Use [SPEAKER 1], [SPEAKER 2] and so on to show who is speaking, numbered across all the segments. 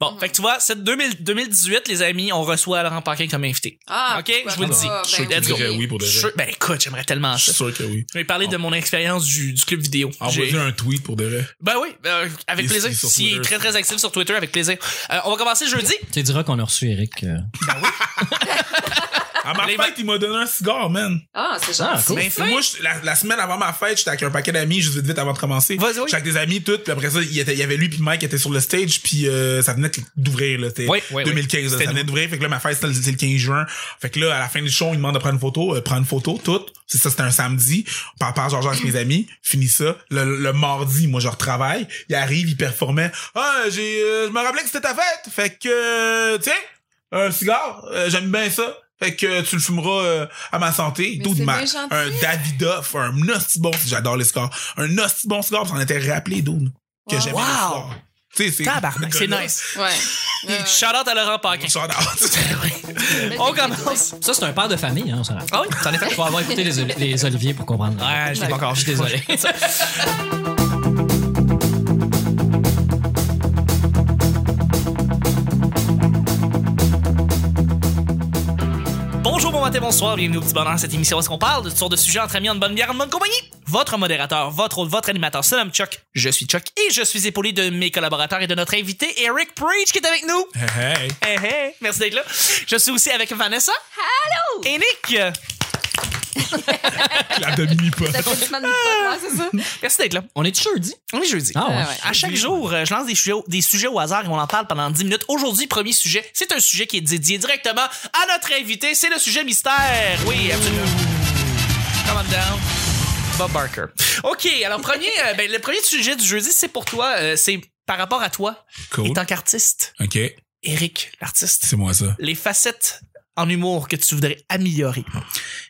[SPEAKER 1] Bon, fait que tu vois, c'est 2000 2018, les amis, on reçoit Laurent Paquin comme invité.
[SPEAKER 2] Ah,
[SPEAKER 1] Ok,
[SPEAKER 2] pourquoi
[SPEAKER 1] je vous le
[SPEAKER 2] pas,
[SPEAKER 1] dis.
[SPEAKER 2] ben
[SPEAKER 1] Je suis
[SPEAKER 2] oui.
[SPEAKER 1] let's go.
[SPEAKER 3] dirais oui pour de
[SPEAKER 1] Je-
[SPEAKER 3] vrai.
[SPEAKER 1] ben écoute, j'aimerais tellement
[SPEAKER 3] Je suis
[SPEAKER 1] ça.
[SPEAKER 3] sûr que oui.
[SPEAKER 1] Je vais parler de mon expérience du, du club vidéo. J'ai-
[SPEAKER 3] Envoyez Ah, un tweet pour de vrai.
[SPEAKER 1] Ben oui, euh, avec
[SPEAKER 3] Il-
[SPEAKER 1] plaisir.
[SPEAKER 3] il est sur
[SPEAKER 1] S'il est
[SPEAKER 3] Twitter.
[SPEAKER 1] très très actif sur Twitter, avec plaisir. Euh, on va commencer jeudi.
[SPEAKER 4] Tu diras qu'on a reçu Eric. euh,
[SPEAKER 3] À ma
[SPEAKER 1] Les-
[SPEAKER 3] fête, il m'a donné un cigare, man.
[SPEAKER 2] Ah, c'est
[SPEAKER 4] Ah,
[SPEAKER 2] gentil.
[SPEAKER 4] cool.
[SPEAKER 3] Mais moi, je- la, la semaine avant ma fête, j'étais avec un paquet d'amis, juste vite vite avant de commencer.
[SPEAKER 1] Vas-y, oui.
[SPEAKER 3] J'étais avec des amis, tout. Puis après ça, il y, était- il y avait lui puis Mike qui était sur le stage, puis euh, ça venait d'ouvrir, là. C'était
[SPEAKER 1] Oui, oui, oui.
[SPEAKER 3] 2015, là,
[SPEAKER 1] C'était
[SPEAKER 3] ça venait d'ouvrir. Fait que là, ma fête, c'était le, c'était le 15 juin. Fait que là, à la fin du show, il me demande de prendre une photo. Euh, prends une photo, tout. C'est ça, c'était un samedi. On part par Georges avec mes amis. Finis ça. Le, le mardi, moi, je retravaille. Il arrive, il performait. Ah, j'ai, euh, je me rappelais que c'était ta fête. Fait que, euh, tiens, un cigare. Euh, J'aime bien ça. Fait que euh, tu le fumeras euh, à ma santé.
[SPEAKER 2] Mais
[SPEAKER 3] Tout de
[SPEAKER 2] c'est
[SPEAKER 3] ma,
[SPEAKER 2] bien gentil.
[SPEAKER 3] un Davidoff, un hostie bon, j'adore les scores. Un hostie bon score, ça en était rappelé, dude. Que
[SPEAKER 2] Wow.
[SPEAKER 3] j'aimais
[SPEAKER 1] Wow.
[SPEAKER 3] les scores. Tu sais, c'est.
[SPEAKER 1] Tabarnak, c'est nice.
[SPEAKER 2] Ouais. Ouais, ouais.
[SPEAKER 1] Shout out à Laurent Paquin.
[SPEAKER 3] Shout out.
[SPEAKER 1] On commence.
[SPEAKER 4] Ça, c'est un père de famille, hein, on s'en rappelle.
[SPEAKER 1] Ah oui, t'en es fait.
[SPEAKER 4] Faut avoir écouté les, les Oliviers pour comprendre.
[SPEAKER 1] Ouais, je l'ai pas encore.
[SPEAKER 4] Je suis désolé.
[SPEAKER 1] Bonjour, bon matin, bonsoir, bienvenue au petit bonheur. Cette émission, où est-ce qu'on parle de toutes sortes de sujets entre amis, en bonne bière, en bonne compagnie? Votre modérateur, votre hôte, votre animateur, c'est l'homme Chuck. Je suis Chuck et je suis épaulé de mes collaborateurs et de notre invité Eric Preach qui est avec nous.
[SPEAKER 3] hey, hey.
[SPEAKER 1] Hey, hey, Eh, merci d'être là. Je suis aussi avec Vanessa. Hello! Et Nick. Euh,
[SPEAKER 3] La demi-pote.
[SPEAKER 2] L'applaudissement de Nicolas, ouais, c'est ça.
[SPEAKER 1] Merci d'être là.
[SPEAKER 4] On est jeudi.
[SPEAKER 1] On est jeudi.
[SPEAKER 4] Ah ouais.
[SPEAKER 2] Ah ouais.
[SPEAKER 1] À chaque jour, euh, je lance des sujets, au- des sujets au hasard et on en parle pendant 10 minutes. Aujourd'hui, premier sujet, c'est un sujet qui est dédié directement à notre invité. C'est le sujet mystère. Oui, absolument. Come on down. Bob Barker. OK, alors premier, euh, ben, le premier sujet du jeudi, c'est pour toi. euh, c'est par rapport à toi, en
[SPEAKER 3] Cool.
[SPEAKER 1] tant qu'artiste.
[SPEAKER 3] Ok,
[SPEAKER 1] Eric, l'artiste.
[SPEAKER 3] c'est moi ça.
[SPEAKER 1] Les facettes en humour que tu voudrais améliorer.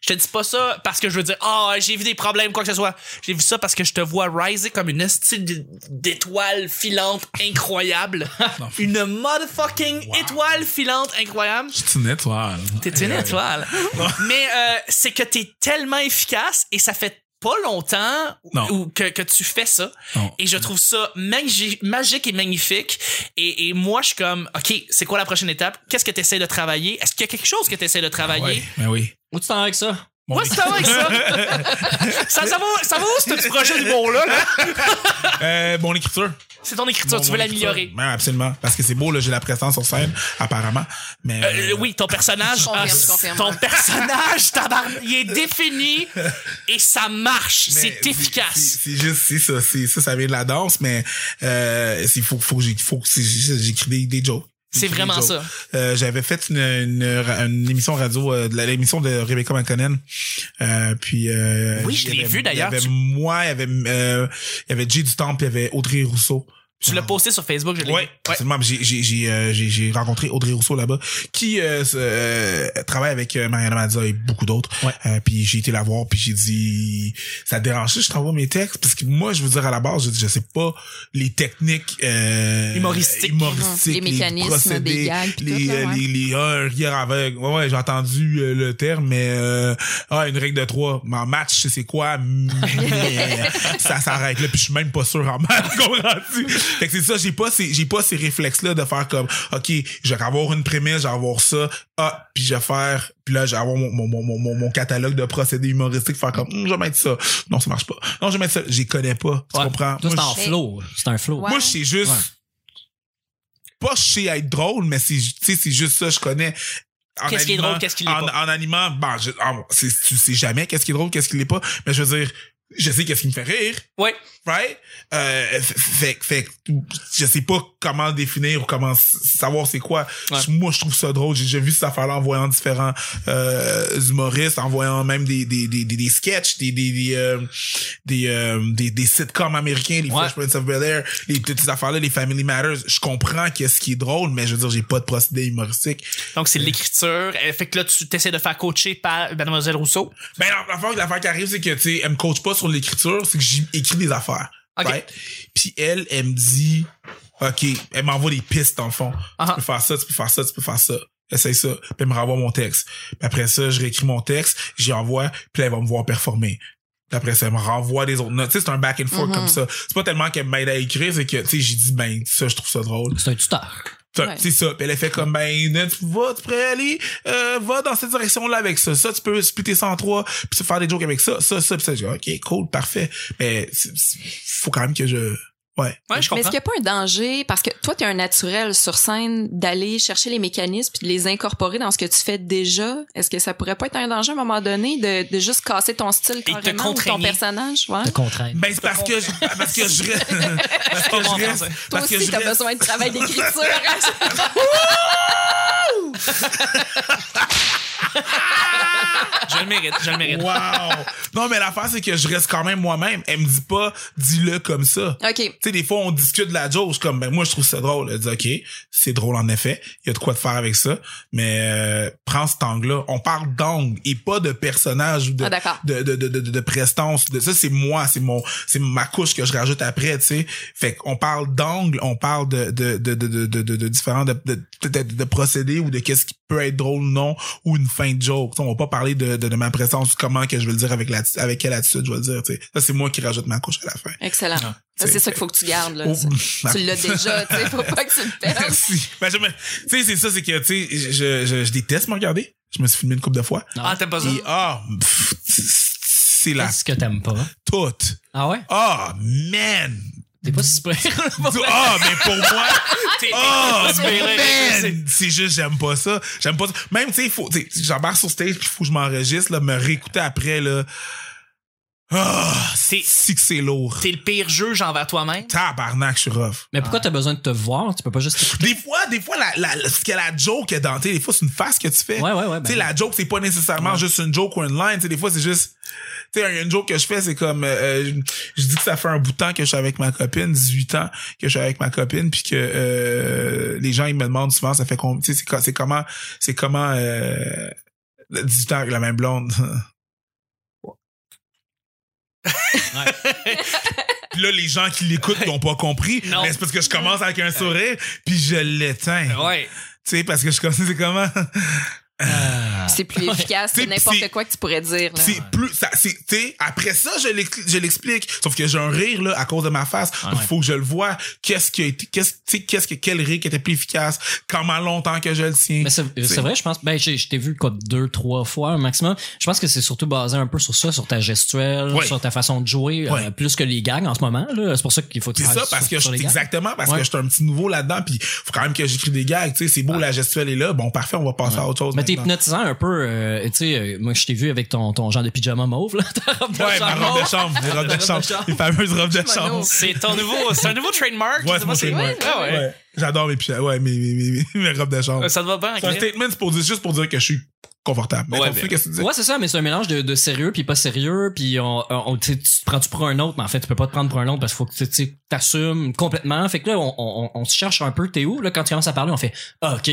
[SPEAKER 1] Je te dis pas ça parce que je veux dire, ah, j'ai vu des problèmes, quoi que ce soit. J'ai vu ça parce que je te vois riser comme une estie d- d'étoile filante incroyable.
[SPEAKER 3] Non.
[SPEAKER 1] une motherfucking
[SPEAKER 3] Wow.
[SPEAKER 1] étoile filante incroyable.
[SPEAKER 3] Je suis une étoile.
[SPEAKER 1] T'es une étoile. Mais euh, c'est que t'es tellement efficace et ça fait pas longtemps ou-
[SPEAKER 3] Non.
[SPEAKER 1] ou que, que tu fais ça.
[SPEAKER 3] euh, Non.
[SPEAKER 1] Et je trouve ça magi- magique et magnifique. Et, et moi, je suis comme, OK, c'est quoi la prochaine étape? Qu'est-ce que tu essaies de travailler? Est-ce qu'il y a quelque chose que tu essaies de travailler?
[SPEAKER 3] Ouais, ben oui.
[SPEAKER 4] Où tu t'en vas avec ça?
[SPEAKER 3] Bon,
[SPEAKER 1] Moi,
[SPEAKER 3] les-
[SPEAKER 1] c'est ça avec ça. ça, ça va, ça va où, ce petit projet d'humour-là? là?
[SPEAKER 3] Euh, mon écriture.
[SPEAKER 1] C'est ton écriture,
[SPEAKER 3] Mon-
[SPEAKER 1] tu
[SPEAKER 3] mon
[SPEAKER 1] veux l'améliorer.
[SPEAKER 3] écriture. Ben, absolument. Parce que c'est beau, là, j'ai la présence sur scène, apparemment. Mais.
[SPEAKER 1] Euh, oui, ton personnage,
[SPEAKER 2] Confirme,
[SPEAKER 1] ah,
[SPEAKER 2] confirme.
[SPEAKER 1] ton personnage, tabarn- il est défini et ça marche,
[SPEAKER 3] Mais
[SPEAKER 1] c'est efficace.
[SPEAKER 3] C'est c'est juste, c'est ça, c'est ça, ça vient de la danse, mais euh, il faut, faut, que j'ai- faut, que c'est- j'écris des, des jokes.
[SPEAKER 1] C'est
[SPEAKER 3] J'écris des
[SPEAKER 1] vraiment
[SPEAKER 3] jokes.
[SPEAKER 1] ça.
[SPEAKER 3] Euh, j'avais fait une, une, ra- une émission radio, euh, de la- l'émission de Rebecca McConnell. Euh, puis euh,
[SPEAKER 1] Oui, je
[SPEAKER 3] il y
[SPEAKER 1] l'ai
[SPEAKER 3] avait-
[SPEAKER 1] vu, d'ailleurs.
[SPEAKER 3] Il y avait
[SPEAKER 1] Tu-
[SPEAKER 3] moi, il y avait, euh, il y avait Jay du Temple, il y avait Audrey Rousseau.
[SPEAKER 1] Tu l'as posté sur Facebook, je l'ai
[SPEAKER 3] Ouais,
[SPEAKER 1] vu.
[SPEAKER 3] absolument. J'ai- J'ai j'ai, euh, j'ai- j'ai rencontré Audrey Rousseau là-bas, qui euh, se- euh, travaille avec euh, Mariana Mazza et beaucoup d'autres.
[SPEAKER 4] Ouais.
[SPEAKER 3] Euh, puis j'ai été la voir, puis j'ai dit, ça te dérange si je t'envoie mes textes parce que moi, je veux dire à la base, je, je sais pas les techniques euh,
[SPEAKER 1] Humoristiques.
[SPEAKER 3] humoristiques,
[SPEAKER 2] Les mécanismes,
[SPEAKER 3] procédés,
[SPEAKER 2] des gags, puis
[SPEAKER 3] les,
[SPEAKER 2] tout, là,
[SPEAKER 3] euh,
[SPEAKER 2] ouais.
[SPEAKER 3] les, les ah, un rire aveugle. Ouais, ouais, j'ai entendu euh, le terme, mais euh, ah, une règle de trois. Mais en match, c'est quoi Mais, Ça s'arrête là, puis je suis même pas sûr en match. Comprends-tu Fait que c'est ça, j'ai pas ces, j'ai pas ces réflexes là de faire comme, ok, je vais avoir une prémisse, je vais avoir ça, ah, puis je vais faire, puis là, je vais avoir mon, mon, mon, mon, mon- mon catalogue de procédés humoristiques, faire comme, Hum, je vais mettre ça. Non, ça marche pas. Non, je vais mettre ça. J'y connais pas. Tu
[SPEAKER 4] Ouais.
[SPEAKER 3] comprends
[SPEAKER 4] Toi, c'est
[SPEAKER 3] Moi,
[SPEAKER 4] en
[SPEAKER 2] je-
[SPEAKER 4] flow. C'est un flow.
[SPEAKER 2] Ouais.
[SPEAKER 3] moi, je sais juste. Pas je sais être drôle, mais c'est, tu sais, c'est juste ça, je connais. En
[SPEAKER 1] Qu'est-ce qui est
[SPEAKER 3] animant-
[SPEAKER 1] drôle, qu'est-ce qui l'est
[SPEAKER 3] en,
[SPEAKER 1] pas.
[SPEAKER 3] En animant, ben, je- en- c'est- tu sais jamais qu'est-ce qui est drôle, qu'est-ce qui l'est pas, mais je veux dire, je sais qu'est-ce qui me fait rire,
[SPEAKER 1] Ouais.
[SPEAKER 3] right? Euh, f- fait, fait, que je sais pas comment définir ou comment s- savoir c'est quoi.
[SPEAKER 1] Ouais.
[SPEAKER 3] Je- Moi, je trouve ça drôle. J'ai déjà vu cette affaire-là en voyant différents euh, humoristes, en voyant même des, des, des, des, des sketchs, des, des, des, euh, des, euh, des, des sitcoms américains, les
[SPEAKER 4] Ouais.
[SPEAKER 3] Fresh Prince of Bel-Air, les petites affaires-là, les Family Matters. Je comprends qu'est-ce qui est drôle, mais je veux dire, j'ai pas de procédé humoristique.
[SPEAKER 1] Donc, c'est de l'écriture. Euh, Fait que là, tu t'essaies de faire coacher par Mademoiselle Rousseau.
[SPEAKER 3] Ben, non, l'affaire, l'affaire qui arrive, c'est que, tu sais, elle me coach pas sur l'écriture, c'est que j'écris des affaires.
[SPEAKER 1] Ok.
[SPEAKER 3] Right? Puis elle, elle me dit, OK, elle m'envoie des pistes, en fond.
[SPEAKER 1] Ah ah.
[SPEAKER 3] Tu peux faire ça, tu peux faire ça, tu peux faire ça. Essaye ça. Puis elle me renvoie mon texte. Puis après ça, je réécris mon texte, j'y envoie, puis là, elle va me voir performer. Puis après ça, elle me renvoie des autres notes. Tu sais, c'est un back and forth comme ça. C'est pas tellement qu'elle m'aide à écrire, c'est que, tu sais, j'ai dit, ben, ça, je trouve ça drôle.
[SPEAKER 4] C'est un tuteur.
[SPEAKER 3] Fait que
[SPEAKER 2] Ouais.
[SPEAKER 3] C'est ça. Puis elle a fait comme, ben, là, tu vas, tu pourrais aller, euh, va dans cette direction-là avec ça. Ça, tu peux splitter ça en trois, puis faire des jokes avec ça, ça, ça. Puis ça, j'ai dit, OK, cool, parfait. Mais c'est- c'est- faut quand même que je... Ouais.
[SPEAKER 1] Ouais, je
[SPEAKER 2] Mais est-ce
[SPEAKER 1] comprends.
[SPEAKER 2] qu'il n'y a pas un danger, parce que toi, tu as un naturel sur scène, d'aller chercher les mécanismes puis de les incorporer dans ce que tu fais déjà? Est-ce que ça pourrait pas être un danger à un moment donné de, de juste casser ton style
[SPEAKER 1] te
[SPEAKER 2] carrément ou ton
[SPEAKER 1] contraigner.
[SPEAKER 2] personnage? Ouais.
[SPEAKER 4] Le contraire.
[SPEAKER 3] Ben, c'est parce que, je, parce que je reste... parce que
[SPEAKER 1] Pas mon
[SPEAKER 3] je reste...
[SPEAKER 1] français.
[SPEAKER 2] Toi
[SPEAKER 3] parce que
[SPEAKER 2] aussi,
[SPEAKER 3] je
[SPEAKER 2] t'as
[SPEAKER 3] reste-
[SPEAKER 2] besoin de travail d'écriture.
[SPEAKER 1] Je le mérite, je le mérite.
[SPEAKER 3] Wow! Non, mais l'affaire, c'est que je reste quand même moi-même. Elle me dit pas, dis-le comme ça.
[SPEAKER 2] OK.
[SPEAKER 3] Tu sais, des fois, on discute de la joke. Je suis comme, ben, moi, je trouve ça drôle. Elle dit, OK, c'est drôle en effet. Il y a de quoi de faire avec ça. Mais euh, prends cet angle-là. On parle d'angle et pas de personnage ou de,
[SPEAKER 2] Ah, d'accord.
[SPEAKER 3] de, de, de, de, de prestance. De, ça, c'est moi. C'est mon c'est ma couche que je rajoute après, tu sais. Fait qu'on parle d'angle, on parle de, de, de, de, de, de, de, de différents de, de, de, de- de procédés ou de qu'est-ce qui peut être drôle ou non ou une fin de joke. Tu sais, on va pas parler de, de, de ma prestance ou comment que je vais le dire avec, la, avec quelle attitude je vais le dire, tu sais. Ça, c'est moi qui rajoute ma couche à la fin.
[SPEAKER 2] Excellent. Ça,
[SPEAKER 3] c'est-
[SPEAKER 2] c'est ça qu'il faut que tu gardes. Là.
[SPEAKER 3] Oh,
[SPEAKER 2] Ça, tu l'as déjà. tu sais, faut pas que tu le perdes.
[SPEAKER 3] Merci. Ben, je me- tu sais, c'est ça, c'est que, tu sais, je, je, je déteste me regarder. Je me suis filmé une couple de fois.
[SPEAKER 1] Ah, t'aimes pas ça?
[SPEAKER 3] Et, ah, pff, c'est la
[SPEAKER 4] Qu'est-ce que t'aimes pas?
[SPEAKER 3] toute.
[SPEAKER 4] Ah ouais?
[SPEAKER 3] Ah, man.
[SPEAKER 4] T'es pas si pire.
[SPEAKER 3] Ah, mais pour moi,
[SPEAKER 1] T'es-
[SPEAKER 3] ah,
[SPEAKER 1] t'es- t'es- t'es-
[SPEAKER 3] man. C'est juste, j'aime pas ça. J'aime pas ça. Même, tu sais, faut, tu sais, j'embarque sur stage puis faut que je m'enregistre, là, me réécouter après, là. Ah,
[SPEAKER 1] C'est-
[SPEAKER 3] si que c'est lourd.
[SPEAKER 1] T'es le pire juge envers toi-même.
[SPEAKER 3] Tabarnak, je suis rough.
[SPEAKER 4] Mais pourquoi t'as besoin de te voir? Tu peux pas juste.
[SPEAKER 3] Des fois, des fois, la, la, la- ce que la joke est dentée, des fois, c'est une face que tu fais.
[SPEAKER 4] Ouais, ouais, ouais. ben-
[SPEAKER 3] tu sais, la joke, c'est pas nécessairement juste une joke ou une line. Tu sais, des fois, c'est juste... Tu sais, une joke que je fais, c'est comme... euh, euh, je, je dis que ça fait un bout de temps que je suis avec ma copine, 18 ans que je suis avec ma copine, puis que euh, les gens, ils me demandent souvent, ça fait combien... Tu sais, c'est co- c'est comment... C'est comment... Euh, 18 ans avec la même blonde. Puis là, les gens qui l'écoutent n'ont pas compris.
[SPEAKER 1] Non.
[SPEAKER 3] Mais c'est parce que je commence avec un sourire, puis je l'éteins.
[SPEAKER 1] Ouais.
[SPEAKER 3] Tu sais, parce que je commence... C'est comment...
[SPEAKER 2] C'est plus efficace que
[SPEAKER 3] C'est- c'est-
[SPEAKER 2] n'importe quoi que tu pourrais dire. Là.
[SPEAKER 3] Pis c'est plus ça c'est tu sais, après ça je l'ex- je l'explique sauf que j'ai un rire là à cause de ma face il
[SPEAKER 4] ouais.
[SPEAKER 3] faut que je le vois qu'est-ce qui a été qu'est-ce tu sais, qu'est-ce que quel rire qui était plus efficace comment longtemps que je le tiens
[SPEAKER 4] Mais c'est c'est vrai, je pense. Ben, j'ai- je t'ai vu quoi, deux, trois fois un maximum. Je pense que c'est surtout basé un peu sur ça, sur ta gestuelle,
[SPEAKER 3] Ouais.
[SPEAKER 4] sur ta façon de jouer, euh,
[SPEAKER 3] Ouais.
[SPEAKER 4] plus que les gags en ce moment. là. C'est pour ça qu'il faut
[SPEAKER 3] c'est
[SPEAKER 4] travailler
[SPEAKER 3] ça parce
[SPEAKER 4] sur-
[SPEAKER 3] que je
[SPEAKER 4] sur les gags.
[SPEAKER 3] exactement parce
[SPEAKER 4] Ouais.
[SPEAKER 3] que je suis un petit nouveau là-dedans puis faut quand même que j'écris des gags tu sais c'est beau la gestuelle est là bon parfait on va passer à autre chose
[SPEAKER 4] Mais t'es
[SPEAKER 3] maintenant.
[SPEAKER 4] hypnotisant un peu. euh, tu sais, euh, moi, je t'ai vu avec ton, ton genre de pyjama mauve, là. Ta
[SPEAKER 1] Ah,
[SPEAKER 4] robe de
[SPEAKER 3] ouais ma
[SPEAKER 4] chambre
[SPEAKER 3] robe de
[SPEAKER 4] mauve.
[SPEAKER 3] chambre les robes de chambre
[SPEAKER 4] chambre.
[SPEAKER 3] les fameuses robes de
[SPEAKER 2] Kimono.
[SPEAKER 3] chambre
[SPEAKER 1] C'est ton nouveau, c'est un nouveau trademark.
[SPEAKER 3] Ouais,
[SPEAKER 1] Je sais pas,
[SPEAKER 3] c'est mon trademark.
[SPEAKER 1] Ah ouais.
[SPEAKER 3] ouais j'adore mes pyjamas ouais mes mes mes, mes robes de chambre
[SPEAKER 1] Euh, Ça te va bien,
[SPEAKER 3] c'est un
[SPEAKER 1] Cliff?
[SPEAKER 3] statement c'est pour dire juste pour dire que je suis confortable mais
[SPEAKER 1] Ouais,
[SPEAKER 3] continue,
[SPEAKER 1] mais-
[SPEAKER 3] qu'est-ce que tu dis
[SPEAKER 4] Ouais, c'est ça, mais c'est un mélange de, de sérieux puis pas sérieux, puis on, on- tu sais, tu te prends tu pour un autre, mais en fait, tu peux pas te prendre pour un autre parce qu'il faut que tu- tu sais, t'assumes complètement. Fait que là, on, on, on se cherche un peu, t'es où? Là, quand tu commences à parler, on fait Ah, OK.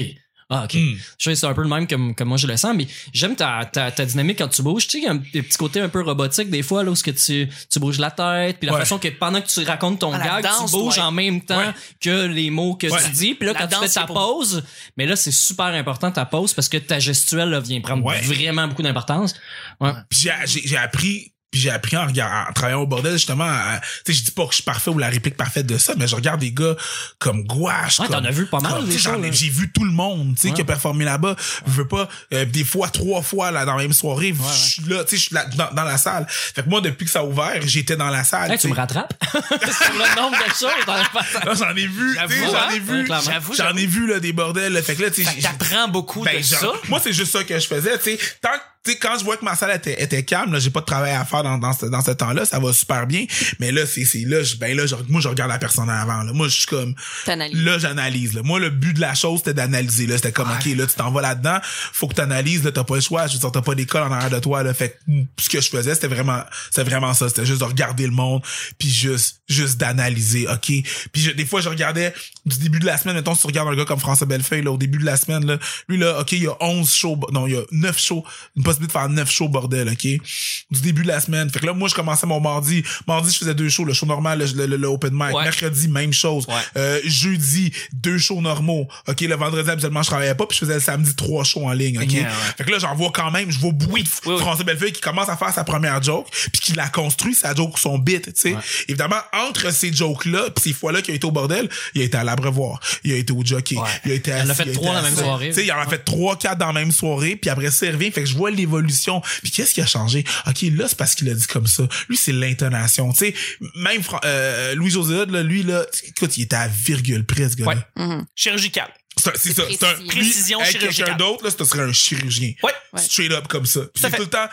[SPEAKER 4] Ah, OK.
[SPEAKER 3] Hmm.
[SPEAKER 4] Je sais, c'est un peu le même comme, comme moi je le sens, mais j'aime ta, ta, ta dynamique quand tu bouges. Tu sais, il y a un des petits côtés un peu robotique des fois, là, où ce que tu, tu bouges la tête, puis la
[SPEAKER 3] Ouais.
[SPEAKER 4] façon que pendant que tu racontes ton
[SPEAKER 1] Ah, la
[SPEAKER 4] gag,
[SPEAKER 1] danse,
[SPEAKER 4] tu bouges
[SPEAKER 1] ouais.
[SPEAKER 4] en même temps
[SPEAKER 3] Ouais.
[SPEAKER 4] que les mots que
[SPEAKER 3] Ouais.
[SPEAKER 4] tu dis. Puis là,
[SPEAKER 1] La
[SPEAKER 4] quand tu
[SPEAKER 1] danse,
[SPEAKER 4] fais ta
[SPEAKER 1] c'est pour-
[SPEAKER 4] pause, mais là, c'est super important ta pause parce que ta gestuelle là, vient prendre
[SPEAKER 3] Ouais.
[SPEAKER 4] vraiment beaucoup d'importance. Ouais.
[SPEAKER 3] Puis j'ai- j'ai j'ai appris puis j'ai appris en, regard- en travaillant au bordel justement à- tu sais je dis pas que je suis parfait ou la réplique parfaite de ça mais je regarde des gars comme gouache
[SPEAKER 4] Ouais,
[SPEAKER 3] comme-
[SPEAKER 4] t'en as vu pas mal,
[SPEAKER 3] comme- tu sais,
[SPEAKER 4] des
[SPEAKER 3] j'en ai-
[SPEAKER 4] shows, là.
[SPEAKER 3] j'ai vu tout le monde tu sais
[SPEAKER 4] Ouais.
[SPEAKER 3] qui a performé là-bas je veux pas euh, des fois trois fois là dans la même soirée je suis là tu sais je suis là- dans, dans la salle fait que moi depuis que ça a ouvert j'étais dans la salle
[SPEAKER 4] Hey, tu
[SPEAKER 3] tu
[SPEAKER 4] me
[SPEAKER 3] sais.
[SPEAKER 4] rattrapes sur le nombre de choses dans le
[SPEAKER 3] Là, j'en ai vu tu sais,
[SPEAKER 1] J'avoue,
[SPEAKER 3] j'en
[SPEAKER 1] hein?
[SPEAKER 3] ai vu
[SPEAKER 4] Ouais,
[SPEAKER 1] clairement.
[SPEAKER 3] j'en ai vu là des bordels là. fait que là tu sais
[SPEAKER 1] Fait que
[SPEAKER 3] j'ai-
[SPEAKER 1] T'apprends beaucoup
[SPEAKER 3] Ben,
[SPEAKER 1] de
[SPEAKER 3] genre,
[SPEAKER 1] ça.
[SPEAKER 3] Moi, c'est juste ça que je faisais. Tu sais, tant que- tu sais, quand je vois que ma salle était, était calme, là, j'ai pas de travail à faire dans, dans ce, dans ce temps-là, ça va super bien. Mais là, c'est, c'est là, je, ben là, je- moi, je regarde la personne en avant, là. Moi, je suis comme,
[SPEAKER 2] T'analyses.
[SPEAKER 3] là, j'analyse, là. Moi, le but de la chose, c'était d'analyser, là. C'était comme, OK, là, tu t'en vas là-dedans, faut que t'analyses, là, t'as pas le choix. Je veux dire, t'as pas d'école en arrière de toi, là. Fait que, ce que je faisais, c'était vraiment, c'était vraiment ça. C'était juste de regarder le monde, puis juste, juste d'analyser, OK. Puis je- des fois, je regardais du début de la semaine, mettons, si tu regardes un gars comme François Bellefeuille, là, au début de la semaine, là, lui, là, OK, il y a 11 shows, non, il y a 9 shows, pas possibilité de faire neuf shows bordel, OK? Du début de la semaine. Fait que là, moi, je commençais mon mardi. Mardi, je faisais deux shows, le show normal, le, le- le- le open mic.
[SPEAKER 4] Ouais.
[SPEAKER 3] Mercredi, même chose.
[SPEAKER 4] Ouais.
[SPEAKER 3] Euh, jeudi, deux shows normaux. OK, le vendredi, habituellement, je travaillais pas, puis je faisais le samedi trois shows en ligne, OK?
[SPEAKER 4] Yeah, ouais.
[SPEAKER 3] Fait que là, j'en vois quand même, je vois beaucoup de
[SPEAKER 4] oui.
[SPEAKER 3] François Bellefeuille qui commence à faire sa première joke, puis qui la construit, sa joke, son bit, tu sais. Évidemment, entre ces jokes-là, puis ces fois-là qu'il a été au bordel, il a été à l'abreuvoir, il a été au jockey,
[SPEAKER 4] Ouais.
[SPEAKER 3] il a été
[SPEAKER 4] Il en a
[SPEAKER 3] assis,
[SPEAKER 4] fait
[SPEAKER 3] il a été
[SPEAKER 4] trois dans la
[SPEAKER 3] assis.
[SPEAKER 4] même soirée.
[SPEAKER 3] Tu sais, il en a fait trois, quatre dans la même soirée, puis après ça, il revient. Fait que je vois l'évolution. Puis qu'est-ce qui a changé? OK, là, c'est parce qu'il a dit comme ça. Lui, c'est l'intonation. Tu sais, même Fran- euh, Louis-José Hood, là, lui, là, écoute, il était à virgule près, ce gars-là.
[SPEAKER 1] Ouais. Chirurgical.
[SPEAKER 3] C'est un- c'est
[SPEAKER 2] C'est
[SPEAKER 3] ça, c'est un...
[SPEAKER 2] précis.
[SPEAKER 1] Précision
[SPEAKER 3] Hey, Quelqu'un
[SPEAKER 1] chirurgicale.
[SPEAKER 3] d'autre, là, ce serait un chirurgien.
[SPEAKER 1] Ouais.
[SPEAKER 2] Ouais.
[SPEAKER 3] Straight up comme ça. Puis
[SPEAKER 1] Tout à
[SPEAKER 3] c'est
[SPEAKER 1] fait.
[SPEAKER 3] tout le temps...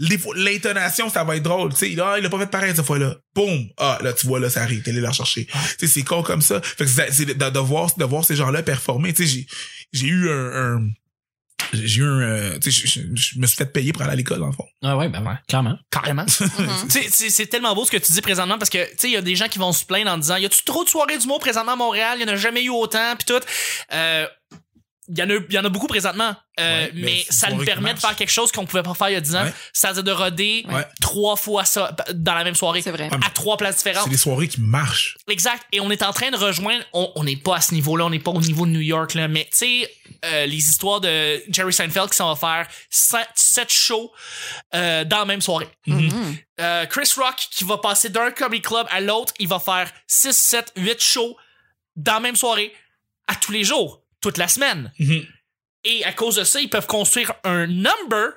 [SPEAKER 3] les fois- L'intonation, ça va être drôle. Tu sais, il, ah, il a pas fait pareil cette fois-là. Boum! Ah, là, tu vois, là, ça arrive. T'es allé la rechercher. Tu sais, c'est con comme ça. Fait que c'est c'est de, de voir, de voir ces gens-là performer. Tu sais, j'ai- j'ai eu un... un- j'ai eu un... euh, tu sais, je- je je me suis fait payer pour aller à l'école, dans le fond.
[SPEAKER 4] Ah ouais, ben ouais, clairement.
[SPEAKER 1] Carrément.
[SPEAKER 2] Mhm.
[SPEAKER 1] Tu sais, C'est c'est tellement beau ce que tu dis présentement parce que tu sais il y a des gens qui vont se plaindre en disant y a-tu trop de soirées d'humour présentement à Montréal il y en a jamais eu autant puis tout Euh, il y en a il y en a beaucoup présentement Euh,
[SPEAKER 3] Ouais,
[SPEAKER 1] mais,
[SPEAKER 3] mais c'est
[SPEAKER 1] ça
[SPEAKER 3] une
[SPEAKER 1] nous
[SPEAKER 3] soirée qui
[SPEAKER 1] permet de
[SPEAKER 3] marche.
[SPEAKER 1] faire quelque chose qu'on pouvait pas faire il y a 10 ans
[SPEAKER 3] Ouais.
[SPEAKER 1] c'est-à-dire de roder
[SPEAKER 3] Ouais.
[SPEAKER 1] trois fois ça dans la même soirée
[SPEAKER 2] C'est vrai.
[SPEAKER 1] à trois places différentes
[SPEAKER 3] C'est des soirées qui marchent.
[SPEAKER 1] Exact. Et on est en train de rejoindre. On on n'est pas à ce niveau-là. On n'est pas au niveau de New York là. Mais tu sais, euh, les histoires de Jerry Seinfeld qui s'en va faire 7 shows euh, dans la même soirée.
[SPEAKER 2] Mhm.
[SPEAKER 1] Euh, Chris Rock qui va passer d'un comedy club à l'autre, il va faire 6, 7, 8 shows dans la même soirée à tous les jours, toute la semaine.
[SPEAKER 3] Mhm.
[SPEAKER 1] Et à cause de ça, ils peuvent construire un number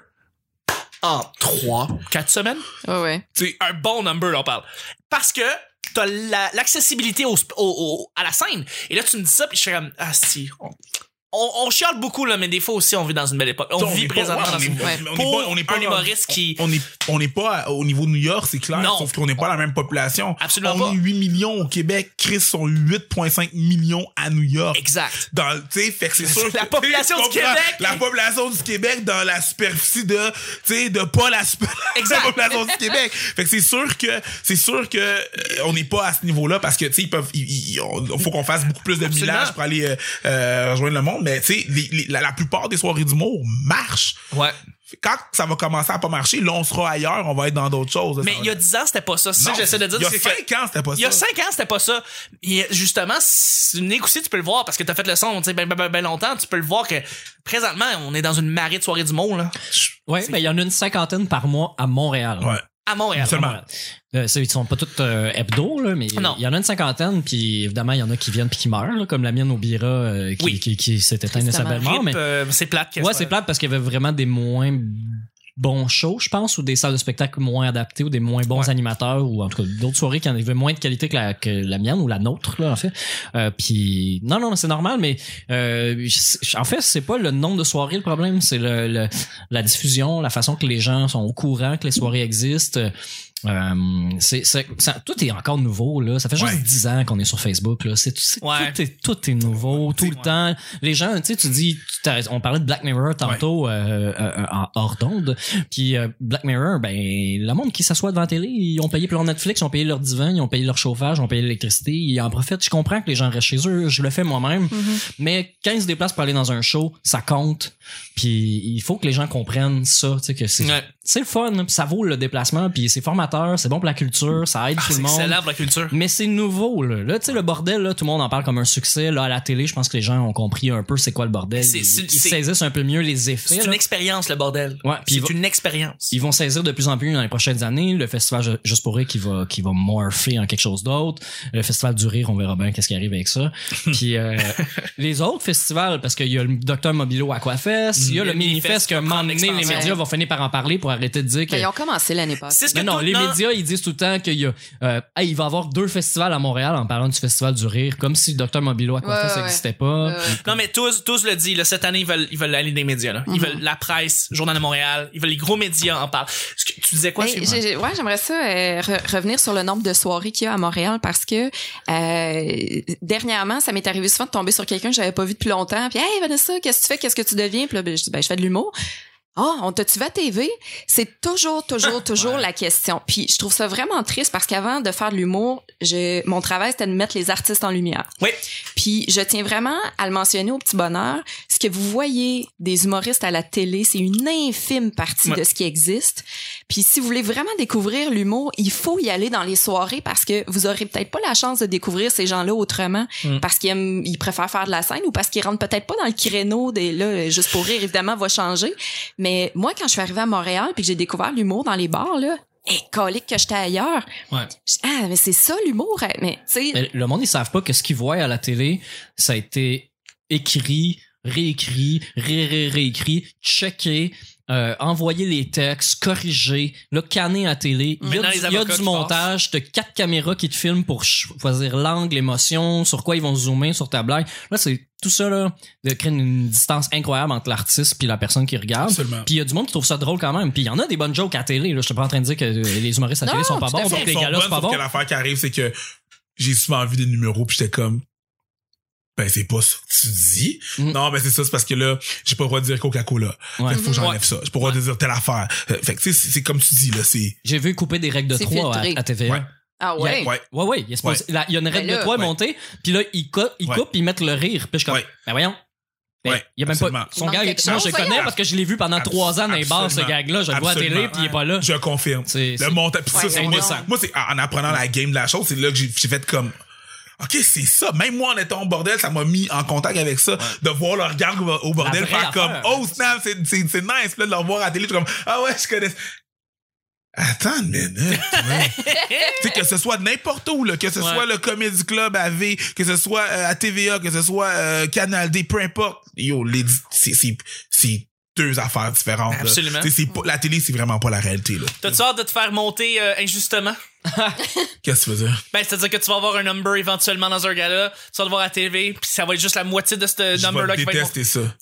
[SPEAKER 1] en 3, 4 semaines.
[SPEAKER 2] Ouais, ouais.
[SPEAKER 1] Un bon number, là, on parle. Parce que t'as la- l'accessibilité au, sp- au- au- à la scène. Et là, tu me dis ça, puis je suis comme, ah si, on, on, on chiale beaucoup, là, mais des fois aussi, on vit dans une belle époque. On,
[SPEAKER 3] Tu sais,
[SPEAKER 1] vit
[SPEAKER 3] est pas-
[SPEAKER 1] présentement
[SPEAKER 3] ouais,
[SPEAKER 1] dans
[SPEAKER 3] on est-
[SPEAKER 1] une...
[SPEAKER 2] Ouais.
[SPEAKER 3] mais on est
[SPEAKER 1] Pour
[SPEAKER 3] pas- on est
[SPEAKER 1] un
[SPEAKER 3] pas
[SPEAKER 1] humoriste qui-
[SPEAKER 3] on est on n'est pas à- au niveau de New York c'est clair
[SPEAKER 1] Non.
[SPEAKER 3] sauf qu'on n'est pas la même population
[SPEAKER 1] Absolument
[SPEAKER 3] on
[SPEAKER 1] pas.
[SPEAKER 3] est 8 millions au Québec Chris sont 8.5 millions à New York
[SPEAKER 1] Exact.
[SPEAKER 3] dans tu sais fait que c'est sûr
[SPEAKER 1] La
[SPEAKER 3] que-
[SPEAKER 1] population
[SPEAKER 3] tu
[SPEAKER 1] du
[SPEAKER 3] comprends,
[SPEAKER 1] Québec.
[SPEAKER 3] la population du Québec dans la superficie de tu sais de pas la, sup-
[SPEAKER 1] Exact.
[SPEAKER 3] la population du Québec fait que c'est sûr que c'est sûr que euh, on n'est pas à ce niveau là parce que tu sais ils peuvent ils- ils- on- faut qu'on fasse beaucoup plus de
[SPEAKER 1] Absolument.
[SPEAKER 3] millage pour aller euh, euh, rejoindre le monde mais tu sais les- les- la, la plupart des soirées d'humour marchent
[SPEAKER 1] Ouais.
[SPEAKER 3] quand ça va commencer à pas marcher, là, on sera ailleurs, on va être dans d'autres choses.
[SPEAKER 1] Mais il y a 10 ans, c'était pas ça. C'est ça
[SPEAKER 3] Non,
[SPEAKER 1] que j'essaie de dire.
[SPEAKER 3] Il y a
[SPEAKER 1] c'est que-
[SPEAKER 3] 5 ans, c'était pas ça.
[SPEAKER 1] Il y a 5 ans, c'était pas ça. Et justement, si tu venais aussi, tu peux le voir parce que t'as fait le son tu sais, ben, ben, ben, ben longtemps. Tu peux le voir que présentement, on est dans une marée de soirées du monde là,
[SPEAKER 4] Ouais, ben il y en a une cinquantaine par mois à Montréal.
[SPEAKER 3] Ouais.
[SPEAKER 1] à Montréal.
[SPEAKER 3] Seulement.
[SPEAKER 4] Euh, ça, ils sont pas tous euh, hebdo, là, mais
[SPEAKER 1] Non.
[SPEAKER 4] il y en a une cinquantaine, puis évidemment, il y en a qui viennent puis qui meurent, là, comme la mienne au Bira euh, qui,
[SPEAKER 1] Oui.
[SPEAKER 4] qui, qui s'est éteinte de sa
[SPEAKER 2] Tristement.
[SPEAKER 4] belle mort.
[SPEAKER 1] Rip,
[SPEAKER 4] Mais,
[SPEAKER 1] euh, c'est plate. que
[SPEAKER 4] ouais,
[SPEAKER 1] ça-
[SPEAKER 4] c'est plate parce qu'il y avait vraiment des moins bons shows, je pense, ou des salles de spectacle moins adaptées, ou des moins bons
[SPEAKER 1] Ouais.
[SPEAKER 4] animateurs, ou en tout cas d'autres soirées qui en avaient moins de qualité que la, que la mienne ou la nôtre, là, en fait. Euh, puis non, non, c'est normal, mais euh, c'est- en fait, c'est pas le nombre de soirées le problème, c'est le, le- la diffusion, la façon que les gens sont au courant que les soirées existent. Euh, c'est, c'est- ça- tout est encore nouveau là. Ça fait juste
[SPEAKER 3] Ouais.
[SPEAKER 4] 10 ans qu'on est sur Facebook là. C'est, tout- c'est-
[SPEAKER 1] Ouais.
[SPEAKER 4] tout, est, tout est nouveau tout le
[SPEAKER 1] Ouais.
[SPEAKER 4] temps. Les gens, tu sais, tu dis, tu t'as- on parlait de Black Mirror tantôt euh, euh, en hors d'onde. Puis euh, Black Mirror, ben le monde qui s'assoit devant la télé, ils ont payé pour leur Netflix, ils ont payé leur divan, ils ont payé leur chauffage, ils ont payé l'électricité, ils en profitent. Je comprends que les gens restent chez eux. Je le fais moi-même. Mais quand ils se déplacent pour aller dans un show, ça compte. Puis il faut que les gens comprennent ça, tu sais que c'est
[SPEAKER 1] Ouais.
[SPEAKER 4] c'est le fun, puis ça vaut le déplacement, puis c'est formateur, c'est bon pour la culture, ça aide
[SPEAKER 1] Ah,
[SPEAKER 4] tout
[SPEAKER 1] c'est
[SPEAKER 4] le monde.
[SPEAKER 1] excellent pour la culture.
[SPEAKER 4] Mais c'est nouveau, là. Là, tu sais, le bordel, là, tout le monde en parle comme un succès. Là, à la télé, je pense que les gens ont compris un peu c'est quoi le bordel.
[SPEAKER 1] C'est- c'est-
[SPEAKER 4] ils, ils
[SPEAKER 1] c'est-
[SPEAKER 4] saisissent un peu mieux les effets.
[SPEAKER 1] C'est
[SPEAKER 4] là.
[SPEAKER 1] une expérience, le bordel.
[SPEAKER 4] Ouais,
[SPEAKER 1] c'est
[SPEAKER 4] puis ils vont-
[SPEAKER 1] une expérience.
[SPEAKER 4] ils vont saisir de plus en plus dans les prochaines années. Le festival Ju- Juste pour rire qui va, qui va morpher en quelque chose d'autre. Le festival du rire, on verra bien qu'est-ce qui arrive avec ça. Puis euh, les autres festivals, parce qu'il y a le Docteur Mobilo Aquafest, il y a
[SPEAKER 1] Le
[SPEAKER 4] le, Minifest
[SPEAKER 1] Minifest
[SPEAKER 4] que, un moment donné, les
[SPEAKER 1] expansion.
[SPEAKER 4] médias vont finir par en parler pour arrêter de dire que...
[SPEAKER 2] Ben, Ils ont commencé l'année passée.
[SPEAKER 1] C'est ce que
[SPEAKER 4] Non, non,
[SPEAKER 1] tout-
[SPEAKER 4] les médias, ils disent tout le temps qu'il y a, euh, Hey, il va y avoir deux festivals à Montréal en parlant du Festival du Rire, comme si le Docteur Mobilo à
[SPEAKER 2] Ouais, ouais,
[SPEAKER 4] ça
[SPEAKER 2] ouais.
[SPEAKER 4] n'existait pas.
[SPEAKER 2] Ouais, ouais.
[SPEAKER 1] Non, mais tous, tous le disent. là, cette année, ils veulent, ils veulent aller des médias. Là. Ils
[SPEAKER 2] Mhm.
[SPEAKER 1] veulent la presse, Journal de Montréal. Ils veulent les gros médias en parlent. Ce que- Tu disais quoi?
[SPEAKER 2] Ben,
[SPEAKER 1] Sylvain?
[SPEAKER 2] j'ai- j'ai- ouais, j'aimerais ça euh, re- revenir sur le nombre de soirées qu'il y a à Montréal parce que euh, dernièrement, ça m'est arrivé souvent de tomber sur quelqu'un que j'avais pas vu depuis longtemps. Puis hey Vanessa, qu'est-ce que tu fais Qu'est-ce que tu deviens Puis là, ben, je dis ben, je fais de l'humour. Ah, on t'a-tu vu à TV? C'est toujours, toujours, toujours la question. Puis je trouve ça vraiment triste parce qu'avant de faire de l'humour, j'ai- mon travail, c'était de mettre les artistes en lumière.
[SPEAKER 1] Oui.
[SPEAKER 2] Puis je tiens vraiment à le mentionner au petit bonheur. Ce que vous voyez des humoristes à la télé, c'est une infime partie
[SPEAKER 1] Ouais.
[SPEAKER 2] de ce qui existe. Puis si vous voulez vraiment découvrir l'humour, il faut y aller dans les soirées parce que vous aurez peut-être pas la chance de découvrir ces gens-là autrement
[SPEAKER 1] Mm.
[SPEAKER 2] parce qu'ils aiment- ils préfèrent faire de la scène ou parce qu'ils rentrent peut-être pas dans le créneau des là juste pour rire évidemment va changer. Mais moi quand je suis arrivée à Montréal puis que j'ai découvert l'humour dans les bars là, et colique que j'étais ailleurs.
[SPEAKER 4] Ouais.
[SPEAKER 2] Je- Ah mais c'est ça l'humour hein. mais tu sais
[SPEAKER 4] Mais Euh, le monde, ils savent pas que ce qu'ils voient à la télé, ça a été écrit, réécrit, ré, ré- réécrit, checké, euh, envoyé les textes, corrigé, le canné à la télé. Il y
[SPEAKER 1] Maintenant,
[SPEAKER 4] a
[SPEAKER 1] les
[SPEAKER 4] du, il y a
[SPEAKER 1] avocats
[SPEAKER 4] du
[SPEAKER 1] qui
[SPEAKER 4] montage de quatre caméras qui te filment pour choisir l'angle, l'émotion, sur quoi ils vont zoomer sur ta blague. Là, c'est tout ça, là, de créer une distance incroyable entre l'artiste puis la personne qui regarde.
[SPEAKER 3] Absolument.
[SPEAKER 4] Puis il y a du monde qui trouve ça drôle quand même. Puis il y en a des bonnes jokes à la télé. Là. Je suis pas en train de dire que euh, les humoristes à la
[SPEAKER 2] Non,
[SPEAKER 4] télé sont pas
[SPEAKER 2] tout à
[SPEAKER 4] bons,
[SPEAKER 2] fait.
[SPEAKER 4] donc les
[SPEAKER 3] Ils sont
[SPEAKER 4] gars-là
[SPEAKER 3] bonnes,
[SPEAKER 4] sont pas
[SPEAKER 3] sauf
[SPEAKER 4] bons.
[SPEAKER 3] que l'affaire qui arrive, c'est que j'ai souvent vu des numéros, puis j'étais comme, ben, c'est pas ça que tu dis.
[SPEAKER 4] Mm.
[SPEAKER 3] Non, ben, c'est ça, c'est parce que là, j'ai pas le droit de dire Coca-Cola.
[SPEAKER 4] Ouais.
[SPEAKER 3] Fait que faut que
[SPEAKER 1] Mhm.
[SPEAKER 3] j'enlève ça. J'ai pas le droit de dire telle affaire. Euh, Fait que, tu sais, c'est- c'est comme tu dis, là, c'est,
[SPEAKER 4] J'ai vu couper des règles de
[SPEAKER 2] C'est
[SPEAKER 4] 3 à,
[SPEAKER 2] filtré.
[SPEAKER 4] à TVA.
[SPEAKER 3] Ouais.
[SPEAKER 2] ah
[SPEAKER 4] il y a-
[SPEAKER 2] ouais.
[SPEAKER 3] ouais.
[SPEAKER 4] Ouais, ouais, il, est supposé- là, il y a une règle
[SPEAKER 2] Mais Ben là-
[SPEAKER 4] de 3
[SPEAKER 3] Ouais.
[SPEAKER 4] montée, puis là, ils, coupent, ils
[SPEAKER 3] Ouais.
[SPEAKER 4] coupent, ils mettent le rire. Puis je suis comme,
[SPEAKER 3] Ouais.
[SPEAKER 4] ben voyons. Ben,
[SPEAKER 3] Ouais,
[SPEAKER 4] il y a même
[SPEAKER 3] absolument.
[SPEAKER 4] pas. Son
[SPEAKER 2] Il
[SPEAKER 4] gag,
[SPEAKER 2] manque
[SPEAKER 4] est-
[SPEAKER 2] quelque
[SPEAKER 4] moi,
[SPEAKER 2] chose,
[SPEAKER 4] je le
[SPEAKER 2] voyons.
[SPEAKER 4] connais parce que je l'ai vu pendant
[SPEAKER 3] Abs-
[SPEAKER 4] 3 ans dans les bars, ce
[SPEAKER 3] absolument.
[SPEAKER 4] gag-là. Je le vois à la télé,
[SPEAKER 3] Absolument.
[SPEAKER 4] puis il est pas là.
[SPEAKER 3] Je confirme.
[SPEAKER 4] C'est-
[SPEAKER 3] Le
[SPEAKER 4] c'est-
[SPEAKER 3] montant. Puis ça,
[SPEAKER 2] Ouais,
[SPEAKER 3] c'est
[SPEAKER 2] on
[SPEAKER 3] moi,
[SPEAKER 2] est-
[SPEAKER 3] moi, c'est en apprenant la game de la chose, c'est là que j'ai j'ai fait comme. OK, c'est ça. Même moi, en étant au bordel, ça m'a mis en contact avec ça. De voir leur regard au- au bordel
[SPEAKER 4] vraie
[SPEAKER 3] faire comme
[SPEAKER 4] affaire.
[SPEAKER 3] Oh snap, c'est c'est- c'est nice. Puis là, de leur voir à la télé, je suis comme Ah ouais, je connais. Attends une minute. ouais. tu sais, que ce soit n'importe où, là, que ce
[SPEAKER 4] Ouais.
[SPEAKER 3] soit le Comedy Club à V, que ce soit euh, à TVA, que ce soit euh, Canal D, peu importe. Yo, les di- c'est- c'est c'est deux affaires différentes. là.
[SPEAKER 1] Absolument.
[SPEAKER 3] Tu sais, c'est pas- la télé, c'est vraiment pas la réalité. Là.
[SPEAKER 1] T'as-tu hâte de te faire monter euh, injustement?
[SPEAKER 3] Qu'est-ce que tu veux dire?
[SPEAKER 1] Ben, c'est-à-dire que tu vas avoir un number éventuellement dans un gala, tu vas le voir à TV, puis ça va être juste la moitié de ce
[SPEAKER 3] Je
[SPEAKER 1] number-là
[SPEAKER 3] vais
[SPEAKER 1] qui va être
[SPEAKER 3] détester ça.
[SPEAKER 1] monté.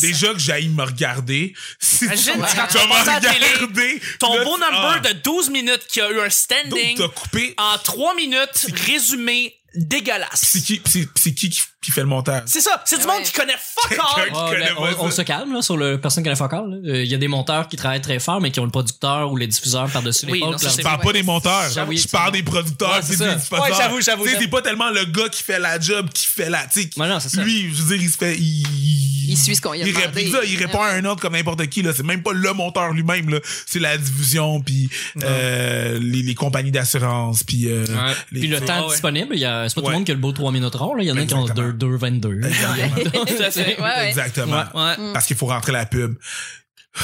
[SPEAKER 3] Déjà que j'aille me regarder. Si
[SPEAKER 1] Imagine,
[SPEAKER 3] tu
[SPEAKER 1] tu vas
[SPEAKER 3] vas me
[SPEAKER 1] passer à la télé,
[SPEAKER 3] regarder.
[SPEAKER 1] Ton
[SPEAKER 3] là,
[SPEAKER 1] beau
[SPEAKER 3] tu-
[SPEAKER 1] number
[SPEAKER 3] ah,
[SPEAKER 1] de 12 minutes qui a eu un
[SPEAKER 3] Donc,
[SPEAKER 1] standing
[SPEAKER 3] t'as coupé.
[SPEAKER 1] en 3 minutes, résumé dégueulasse.
[SPEAKER 3] C'est qui, c'est- c'est qui qui qui fait le montage?
[SPEAKER 1] C'est ça, c'est du
[SPEAKER 2] Ouais.
[SPEAKER 1] monde qui connaît fuck all.
[SPEAKER 3] Quelqu'un-
[SPEAKER 4] Ouais,
[SPEAKER 3] connais
[SPEAKER 4] ben,
[SPEAKER 3] pas ça.
[SPEAKER 4] on, on se calme là, sur le personne qui a fait encore. là. Euh, Il y a des monteurs qui travaillent très fort, mais qui ont le producteur ou les diffuseurs par-dessus
[SPEAKER 1] Oui,
[SPEAKER 4] l'épaule.
[SPEAKER 1] non,
[SPEAKER 4] puis
[SPEAKER 1] ça,
[SPEAKER 4] leur-
[SPEAKER 1] c'est
[SPEAKER 3] Je parle pas des monteurs.
[SPEAKER 4] Ah oui,
[SPEAKER 3] Je parle
[SPEAKER 4] c'est-
[SPEAKER 3] des producteurs.
[SPEAKER 4] Ouais,
[SPEAKER 3] c'est
[SPEAKER 4] c'est
[SPEAKER 3] des
[SPEAKER 4] ça.
[SPEAKER 3] diffuseurs.
[SPEAKER 1] Ouais, j'avoue, j'avoue,
[SPEAKER 3] Tu sais,
[SPEAKER 1] j'avoue.
[SPEAKER 3] c'est pas tellement le gars qui fait la job qui fait la. tu sais, qui-
[SPEAKER 4] Ouais, non, c'est ça.
[SPEAKER 3] lui, je veux dire, il se fait. Il,
[SPEAKER 2] Il suit ce qu'on lui a
[SPEAKER 3] il
[SPEAKER 2] demandé.
[SPEAKER 3] répond ça, il répond à un autre comme n'importe qui. là. C'est même pas le monteur lui-même. là. C'est la diffusion, puis euh, les, les compagnies d'assurance, puis. euh,
[SPEAKER 4] Ouais.
[SPEAKER 3] les-
[SPEAKER 4] Puis le
[SPEAKER 3] tu sais,
[SPEAKER 4] temps
[SPEAKER 1] Ah ouais.
[SPEAKER 4] disponible, il y a- c'est pas tout
[SPEAKER 3] Ouais.
[SPEAKER 4] le monde qui a le beau 3 minutes rare. là. Il y en a qui ont
[SPEAKER 3] Exactement.
[SPEAKER 4] 2, 2, 22.
[SPEAKER 1] Tout à fait.
[SPEAKER 2] Ouais, ouais.
[SPEAKER 3] Exactement.
[SPEAKER 1] Ouais.
[SPEAKER 4] Mm.
[SPEAKER 3] Parce qu'il faut rentrer la pub.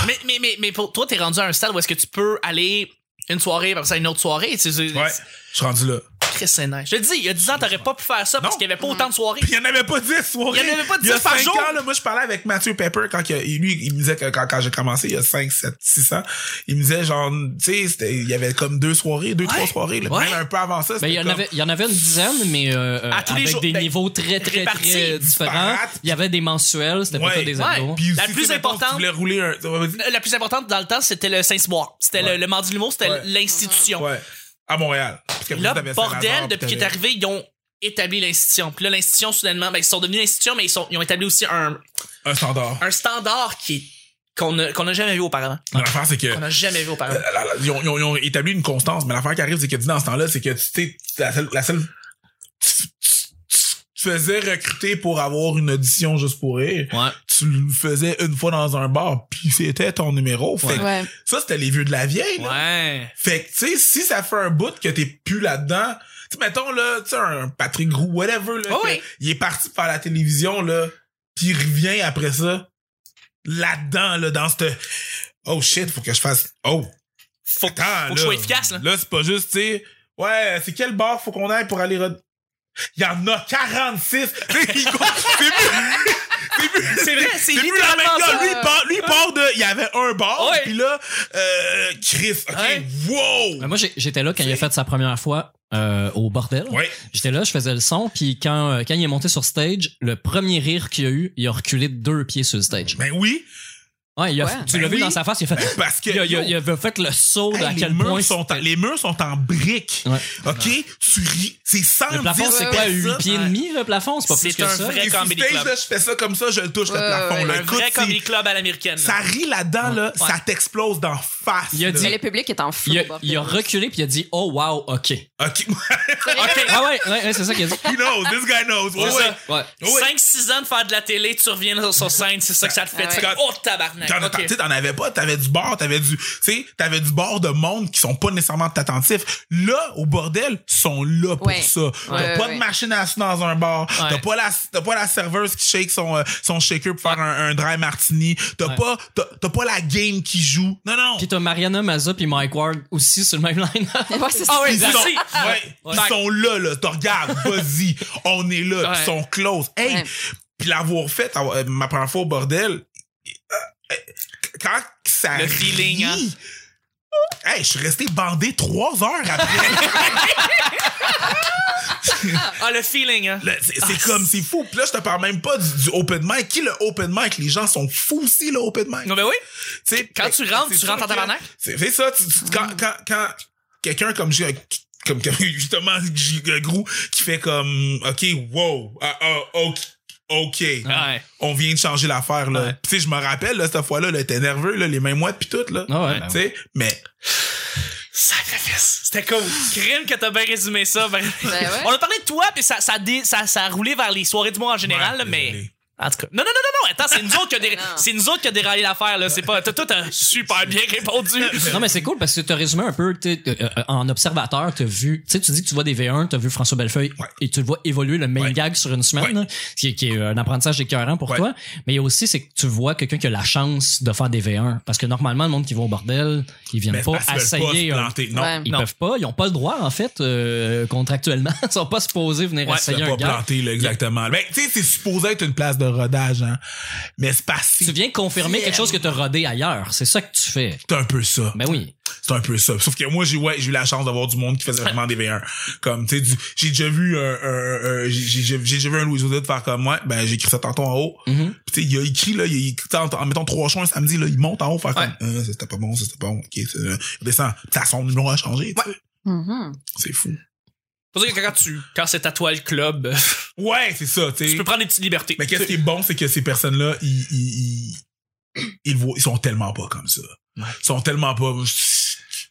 [SPEAKER 1] Mais, mais, mais, mais pour toi, t'es rendu à un stade où est-ce que tu peux aller une soirée, après ça une autre soirée. Tu sais,
[SPEAKER 3] Ouais. Je suis rendu là.
[SPEAKER 1] Chris, c'est nice. Je te dis, il y a 10 ans, t'aurais pas pu faire ça parce
[SPEAKER 3] Non.
[SPEAKER 1] qu'il y avait pas autant de soirées.
[SPEAKER 3] Puis il n'y en avait pas 10 soirées.
[SPEAKER 1] Il y en avait pas 10
[SPEAKER 3] Il y a
[SPEAKER 1] par
[SPEAKER 3] cinq
[SPEAKER 1] jour.
[SPEAKER 3] ans, là, moi, je parlais avec Mathieu Pepper quand il, a- lui, il me disait que quand, quand j'ai commencé, il y a 5, 7, 6 ans, il me disait genre, tu sais, c'était- il y avait comme deux soirées, deux, trois soirées, là.
[SPEAKER 1] Ouais.
[SPEAKER 3] Même un peu avant ça.
[SPEAKER 4] Ben,
[SPEAKER 3] c'était
[SPEAKER 4] il, y en
[SPEAKER 3] comme-
[SPEAKER 4] avait, il y en avait une dizaine, mais euh, euh,
[SPEAKER 1] À tous les
[SPEAKER 4] avec
[SPEAKER 1] jours,
[SPEAKER 4] des
[SPEAKER 1] ben,
[SPEAKER 4] niveaux très, très,
[SPEAKER 1] répartis,
[SPEAKER 4] très différents.
[SPEAKER 3] disparates.
[SPEAKER 4] Il y avait des mensuels, c'était
[SPEAKER 3] Ouais.
[SPEAKER 4] pas ça des
[SPEAKER 3] Ouais.
[SPEAKER 4] abdos.
[SPEAKER 3] Puis
[SPEAKER 1] La
[SPEAKER 3] aussi,
[SPEAKER 1] plus
[SPEAKER 3] tu sais, mettons,
[SPEAKER 1] importante-
[SPEAKER 3] Tu voulais rouler un. vas-y.
[SPEAKER 1] La plus importante dans le temps, c'était le Saint-Cyboire. C'était
[SPEAKER 3] Ouais.
[SPEAKER 1] le, le Mardi de l'humour, c'était
[SPEAKER 3] Ouais.
[SPEAKER 1] l'institution.
[SPEAKER 3] Ouais. À Montréal. Parce que
[SPEAKER 1] Puis Là,
[SPEAKER 3] vous, t'avais Saint-Lazare,
[SPEAKER 1] bordel,
[SPEAKER 3] puis
[SPEAKER 1] depuis qu'il est
[SPEAKER 3] t'avais-
[SPEAKER 1] arrivé, ils ont établi l'institution. Puis là, l'institution, soudainement, ben, ils sont devenus l'institution, mais ils, sont, ils ont établi aussi un,
[SPEAKER 3] Un standard.
[SPEAKER 1] un standard qui est- qu'on n'a qu'on n'a jamais vu auparavant.
[SPEAKER 3] L'affaire, c'est que.
[SPEAKER 1] Qu'on n'a jamais vu auparavant.
[SPEAKER 3] Euh, la- la- ils, ont, ils ont- ils ont établi une constance, mais l'affaire qui arrive, c'est que dans ce temps-là, c'est que tu sais, la seule. La seule tu, tu- tu- tu faisais recruter pour avoir une audition juste pour rire.
[SPEAKER 4] Ouais.
[SPEAKER 3] Tu le faisais une fois dans un bar, puis c'était ton numéro. Fait que
[SPEAKER 2] Ouais.
[SPEAKER 3] ça, c'était les vieux de la vieille. là.
[SPEAKER 1] Ouais.
[SPEAKER 3] Fait que, tu sais, si ça fait un bout que t'es plus là-dedans, tu sais, mettons, là, tu sais, un Patrick Roux, whatever, là,
[SPEAKER 1] Oh
[SPEAKER 3] que
[SPEAKER 1] oui.
[SPEAKER 3] il est parti par la télévision, là, pis il revient après ça, là-dedans, là, dans cette... Oh shit, faut que je fasse... Oh!
[SPEAKER 1] Faut,
[SPEAKER 3] Attends,
[SPEAKER 1] faut que je sois efficace, là.
[SPEAKER 3] Là, c'est pas juste, tu sais, ouais, c'est quel bar faut qu'on aille pour aller... re- Il y en a 46! Tu sais, il compte- c'est plus- c'est plus-
[SPEAKER 1] C'est vrai, c'est
[SPEAKER 3] plus la même
[SPEAKER 1] littéralement
[SPEAKER 3] gars.
[SPEAKER 1] ça.
[SPEAKER 3] Lui, il part, lui, il part de... Il y avait un bar,
[SPEAKER 1] Ouais.
[SPEAKER 3] puis là, euh, Chris, OK,
[SPEAKER 1] Ouais.
[SPEAKER 3] wow!
[SPEAKER 4] Mais Ben, moi, j'ai- j'étais là quand il a fait sa première fois euh, au bordel.
[SPEAKER 3] Ouais.
[SPEAKER 4] J'étais là, je faisais le son, puis quand, euh, quand il est monté sur stage, le premier rire qu'il a eu, il a reculé de deux pieds sur le stage.
[SPEAKER 3] Ben oui.
[SPEAKER 4] Ouais, il a,
[SPEAKER 2] Ouais.
[SPEAKER 4] Tu
[SPEAKER 3] Ben
[SPEAKER 4] l'as vu
[SPEAKER 3] oui.
[SPEAKER 4] dans sa face, il a fait.
[SPEAKER 3] Parce que,
[SPEAKER 4] il, a, il a-
[SPEAKER 3] yo,
[SPEAKER 4] il avait fait le saut
[SPEAKER 3] hey,
[SPEAKER 4] d'à
[SPEAKER 3] les,
[SPEAKER 4] quel
[SPEAKER 3] murs
[SPEAKER 4] point.
[SPEAKER 3] sont en,
[SPEAKER 4] c'était-
[SPEAKER 3] les murs sont en briques.
[SPEAKER 4] Ouais.
[SPEAKER 3] OK? Tu ris. C'est 110
[SPEAKER 4] Le plafond, c'est quoi, 8 pieds et
[SPEAKER 1] ouais.
[SPEAKER 4] demi, le plafond? C'est pas plus
[SPEAKER 1] C'est
[SPEAKER 4] que
[SPEAKER 1] un
[SPEAKER 4] ça.
[SPEAKER 1] vrai-
[SPEAKER 3] Et si
[SPEAKER 1] comedy
[SPEAKER 3] stage,
[SPEAKER 1] club.
[SPEAKER 3] là, je fais ça comme ça, je le touche le
[SPEAKER 2] Ouais,
[SPEAKER 3] plafond.
[SPEAKER 2] ouais,
[SPEAKER 3] là.
[SPEAKER 1] Un
[SPEAKER 3] Écoute,
[SPEAKER 1] vrai
[SPEAKER 3] c'est-
[SPEAKER 1] comedy club à l'américaine.
[SPEAKER 3] ça rit là-dedans, là,
[SPEAKER 1] Ouais.
[SPEAKER 3] ça t'explose d'en face.
[SPEAKER 4] Il
[SPEAKER 3] là.
[SPEAKER 4] a dit-
[SPEAKER 2] Mais le public est en feu.
[SPEAKER 4] Il a,
[SPEAKER 2] bordel.
[SPEAKER 4] il a reculé puis il a dit Oh, wow, OK.
[SPEAKER 3] OK.
[SPEAKER 4] OK. Ah ouais, ouais, ouais, c'est ça qu'il a dit.
[SPEAKER 3] He knows, this guy knows. Ouais,
[SPEAKER 4] C'est
[SPEAKER 3] ouais.
[SPEAKER 4] ça. Ouais.
[SPEAKER 3] Ouais.
[SPEAKER 1] 5-6 ans de faire de la télé, tu reviens sur scène, c'est ça que ça te fait. Tu
[SPEAKER 2] Ah ouais.
[SPEAKER 1] fais, oh tabarnak.
[SPEAKER 3] T'en
[SPEAKER 1] ok.
[SPEAKER 3] tu sais, t'en avais pas, t'avais du bord, t'avais du, tu sais, t'avais du bord de monde qui sont pas nécessairement attentifs. Là, au bordel, sont là pour
[SPEAKER 2] Ouais.
[SPEAKER 3] ça. T'as
[SPEAKER 2] Ouais,
[SPEAKER 3] pas
[SPEAKER 2] ouais.
[SPEAKER 3] de machine à sous dans un bar. T'as
[SPEAKER 1] Ouais.
[SPEAKER 3] pas la, t'as pas la serveuse qui shake son, euh, son shaker pour faire un, un dry martini. T'as
[SPEAKER 4] Ouais.
[SPEAKER 3] pas, t'as, t'as pas la game qui joue. Non, non.
[SPEAKER 4] Puis t'as Mariana Mazza puis Mike Ward aussi sur le même line.
[SPEAKER 2] Ouais, c'est ça.
[SPEAKER 1] Ah oui,
[SPEAKER 3] Ils sont,
[SPEAKER 1] merci.
[SPEAKER 3] ouais,
[SPEAKER 1] Ouais.
[SPEAKER 3] ils sont là, là. T'as regardes, vas-y. On est là.
[SPEAKER 1] Ouais.
[SPEAKER 3] Ils sont close. Hey!
[SPEAKER 2] Ouais.
[SPEAKER 3] Puis l'avoir fait, avoir- euh, ma première fois au bordel, euh, euh, quand ça
[SPEAKER 1] Le feeling,
[SPEAKER 3] rit,
[SPEAKER 1] hein.
[SPEAKER 3] Hey, je suis resté bandé trois heures après.
[SPEAKER 1] Ah, le feeling, hein.
[SPEAKER 3] Le- c'est c'est comme, c'est fou. Puis là, je te parle même pas du, du open mic. Qui le open mic? Les gens sont fous aussi, le open mic.
[SPEAKER 1] Non, ben oui.
[SPEAKER 3] Tu sais,
[SPEAKER 1] Quand tu
[SPEAKER 3] fait-
[SPEAKER 1] rentres,
[SPEAKER 3] c'est
[SPEAKER 1] tu
[SPEAKER 3] ça
[SPEAKER 1] rentres en
[SPEAKER 3] que-
[SPEAKER 1] tabarnak?
[SPEAKER 3] C'est c'est ça. tu- tu- quand quand, quand quelqu'un comme, J- comme, comme justement J- Grou qui fait comme, OK, wow, ah, ah, OK. OK.
[SPEAKER 1] Ouais.
[SPEAKER 3] on vient de changer l'affaire là.
[SPEAKER 4] Ouais.
[SPEAKER 3] Puis, Tu sais, je me rappelle là, cette fois-là, là, t'es nerveux là, les mains moites puis tout là.
[SPEAKER 4] Ah ouais, ben
[SPEAKER 3] tu sais, mais
[SPEAKER 1] Sacrifice. C'était cool. Crime que t'as bien résumé ça. ben-
[SPEAKER 2] ouais.
[SPEAKER 1] On a parlé de toi, puis ça, ça, dé- ça, ça a roulé vers les soirées du mois en général,
[SPEAKER 3] Ouais,
[SPEAKER 1] là, mais.
[SPEAKER 3] désolé.
[SPEAKER 1] En tout cas. Non, non, non, non, non. Attends, c'est nous autres qui a, dé-
[SPEAKER 2] Non.
[SPEAKER 1] c'est nous autres qui a déraillé l'affaire, là. C'est pas. Toi, toi, t'as super bien répondu.
[SPEAKER 4] Non, mais c'est cool parce que t'as résumé un peu, t'es, euh, euh, en observateur, t'as vu, tu sais, tu dis que tu vois des V1, t'as vu François Bellefeuille
[SPEAKER 3] Ouais.
[SPEAKER 4] et tu le vois évoluer le même
[SPEAKER 3] Ouais.
[SPEAKER 4] gag sur une semaine,
[SPEAKER 3] Ouais.
[SPEAKER 4] là, qui, est- qui est un apprentissage écœurant pour
[SPEAKER 3] Ouais.
[SPEAKER 4] toi. Mais aussi, c'est que tu vois quelqu'un qui a la chance de faire des V1 parce que normalement, le monde qui va au bordel, ils viennent
[SPEAKER 3] mais
[SPEAKER 4] pas
[SPEAKER 3] parce qu'ils veulent pas se
[SPEAKER 4] essayer. un-
[SPEAKER 3] planter. Non,
[SPEAKER 2] Ouais.
[SPEAKER 4] ils
[SPEAKER 1] Non.
[SPEAKER 4] peuvent pas, ils ont pas le droit, en fait, euh, contractuellement. ils sont pas supposés venir
[SPEAKER 1] Ouais,
[SPEAKER 3] ils
[SPEAKER 4] essayer
[SPEAKER 3] veulent
[SPEAKER 4] un
[SPEAKER 3] pas
[SPEAKER 4] gag.
[SPEAKER 3] planter là, exactement. Ben, tu sais, c'est supposé être une place de rodage hein. Mais c'est pas
[SPEAKER 4] Tu
[SPEAKER 3] si
[SPEAKER 4] viens confirmer quelque chose que t'as rodé ailleurs. C'est ça que tu fais.
[SPEAKER 3] c'est un peu ça.
[SPEAKER 4] Ben oui.
[SPEAKER 3] C'est un peu ça. Sauf que moi, j'ai ouais, j'ai eu la chance d'avoir du monde qui faisait vraiment des V1. Comme, tu sais, du- j'ai déjà vu un, un- un- j'ai j'ai- j'ai déjà vu un Louis Joseph faire comme moi. Ben, j'ai écrit ça tantôt en haut.
[SPEAKER 4] Mhm.
[SPEAKER 3] Puis, tu sais, il a écrit, là, il, il- tu sais, en, en mettant trois choix un samedi, là, il monte en haut, faire comme, euh, ça, c'était pas bon, ça, c'était pas bon, ok, ça, euh, il descend. Ça, son numéro a changé, tu sais.
[SPEAKER 2] Mhm.
[SPEAKER 3] C'est fou.
[SPEAKER 1] Pour dire que quand tu. Quand c'est à toi le club,
[SPEAKER 3] Ouais, c'est ça, tu
[SPEAKER 1] tu
[SPEAKER 3] sais.
[SPEAKER 1] peux prendre des petites libertés.
[SPEAKER 3] Mais qu'est-ce qui est bon, c'est que ces personnes-là, ils, ils, ils, ils, le voient- ils sont tellement pas comme ça. Ils sont tellement pas.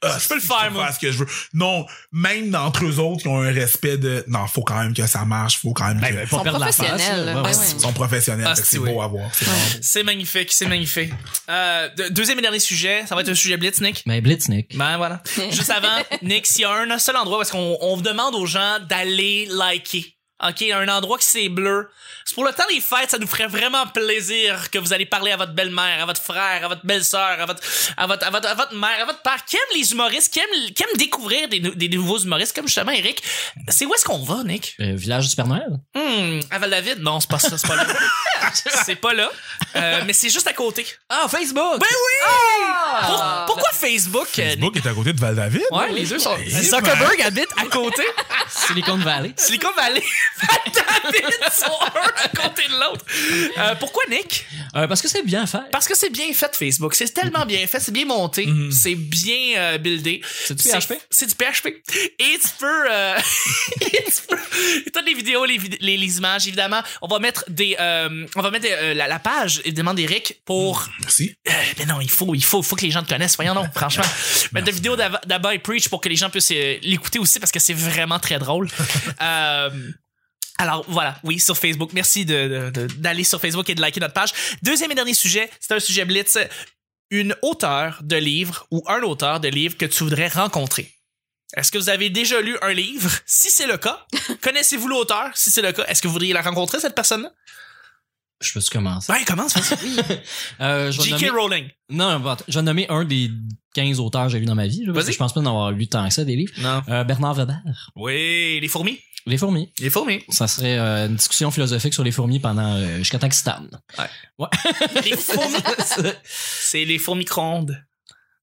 [SPEAKER 3] Ah,
[SPEAKER 1] Je peux le
[SPEAKER 3] si,
[SPEAKER 1] faire,
[SPEAKER 3] peux
[SPEAKER 1] moi.
[SPEAKER 3] ce que je veux. Non, même d'entre eux autres, ils ont un respect de. Non, faut quand même que ça marche, faut quand même que.
[SPEAKER 4] Ils
[SPEAKER 2] Ils sont professionnels, là. Ouais, ouais.
[SPEAKER 3] Ils sont professionnels,
[SPEAKER 1] Ben, Ah,
[SPEAKER 3] fait que
[SPEAKER 1] si,
[SPEAKER 3] c'est
[SPEAKER 1] oui.
[SPEAKER 3] beau à voir. c'est vraiment beau.
[SPEAKER 1] C'est magnifique, c'est magnifique. Euh, de- deuxième et dernier sujet, ça va être un sujet blitz, Nick.
[SPEAKER 4] Mais Blitz, Nick.
[SPEAKER 1] Ben voilà. Juste avant, Nick, s'il y a un seul endroit parce qu'on on demande aux gens d'aller liker. OK, un endroit qui c'est bleu. C'est pour le temps des fêtes, ça nous ferait vraiment plaisir que vous allez parler à votre belle-mère, à votre frère, à votre belle-sœur, à votre, à votre, à votre, à votre mère, à votre père, qui aime les humoristes, qui aime, qui aime découvrir des, nou- des nouveaux humoristes, comme justement Eric. C'est où est-ce qu'on va, Nick?
[SPEAKER 4] Euh, village du Père Noël.
[SPEAKER 1] Hmm, à Val-David? Non, c'est pas ça, c'est pas là. c'est pas là. Euh, mais c'est juste à côté.
[SPEAKER 4] Ah, Facebook!
[SPEAKER 1] Ben oui! Pour- pourquoi Ah! Facebook? euh,
[SPEAKER 3] Facebook est à côté de Val-David.
[SPEAKER 1] Ouais, les deux sont.
[SPEAKER 3] Eh,
[SPEAKER 1] Zuckerberg habite à côté.
[SPEAKER 4] Silicon Valley.
[SPEAKER 1] Silicon Valley, David sont un à côté de l'autre. Euh, pourquoi Nick?
[SPEAKER 4] Euh, parce que c'est bien à faire.
[SPEAKER 1] Parce que c'est bien fait Facebook. C'est tellement bien fait, c'est bien monté, c'est bien euh, buildé.
[SPEAKER 4] Mhm. C'est du
[SPEAKER 1] C'est-
[SPEAKER 4] PHP?
[SPEAKER 1] C'est du PHP. Et tu peux... Euh, et tu peux... T'as les vidéos, les, vid- les, les images, évidemment. On va mettre des... euh, on va mettre des, euh, la, la page, évidemment, d'Eric pour...
[SPEAKER 3] Merci.
[SPEAKER 1] Mais non, il faut, il faut, faut que les gens te connaissent. Voyons donc, franchement. Mettre la vidéo d'Ab- d'Abba et Preach pour que les gens puissent euh, l'écouter aussi parce que c'est vraiment très drôle. Euh, alors voilà, oui, sur Facebook. Merci de- de- de- d'aller sur Facebook et de liker notre page. Deuxième et dernier sujet, c'est un sujet blitz. Une auteure de livre ou un auteur de livre que tu voudrais rencontrer. Est-ce que vous avez déjà lu un livre? Si c'est le cas, connaissez-vous l'auteur? Si c'est le cas, est-ce que vous voudriez la rencontrer, cette personne-là?
[SPEAKER 4] Je peux-tu commencer?
[SPEAKER 1] Ben, commence, vas-y.
[SPEAKER 4] Euh, je vais
[SPEAKER 1] J.K.
[SPEAKER 4] nommer...
[SPEAKER 1] Rowling.
[SPEAKER 4] Non, attends, je vais nommer un des 15 auteurs que j'ai lu dans ma vie. là, parce
[SPEAKER 1] Vas-y.
[SPEAKER 4] que Je pense pas d'avoir lu tant que ça des livres.
[SPEAKER 1] Non.
[SPEAKER 4] Euh, Bernard Weber.
[SPEAKER 1] Oui, les fourmis.
[SPEAKER 4] Les fourmis.
[SPEAKER 1] Les fourmis.
[SPEAKER 4] Ça serait euh, une discussion philosophique sur les fourmis pendant euh, jusqu'à temps qu'ils se tannent.
[SPEAKER 1] Les fourmis. C'est les fourmis micro-ondes.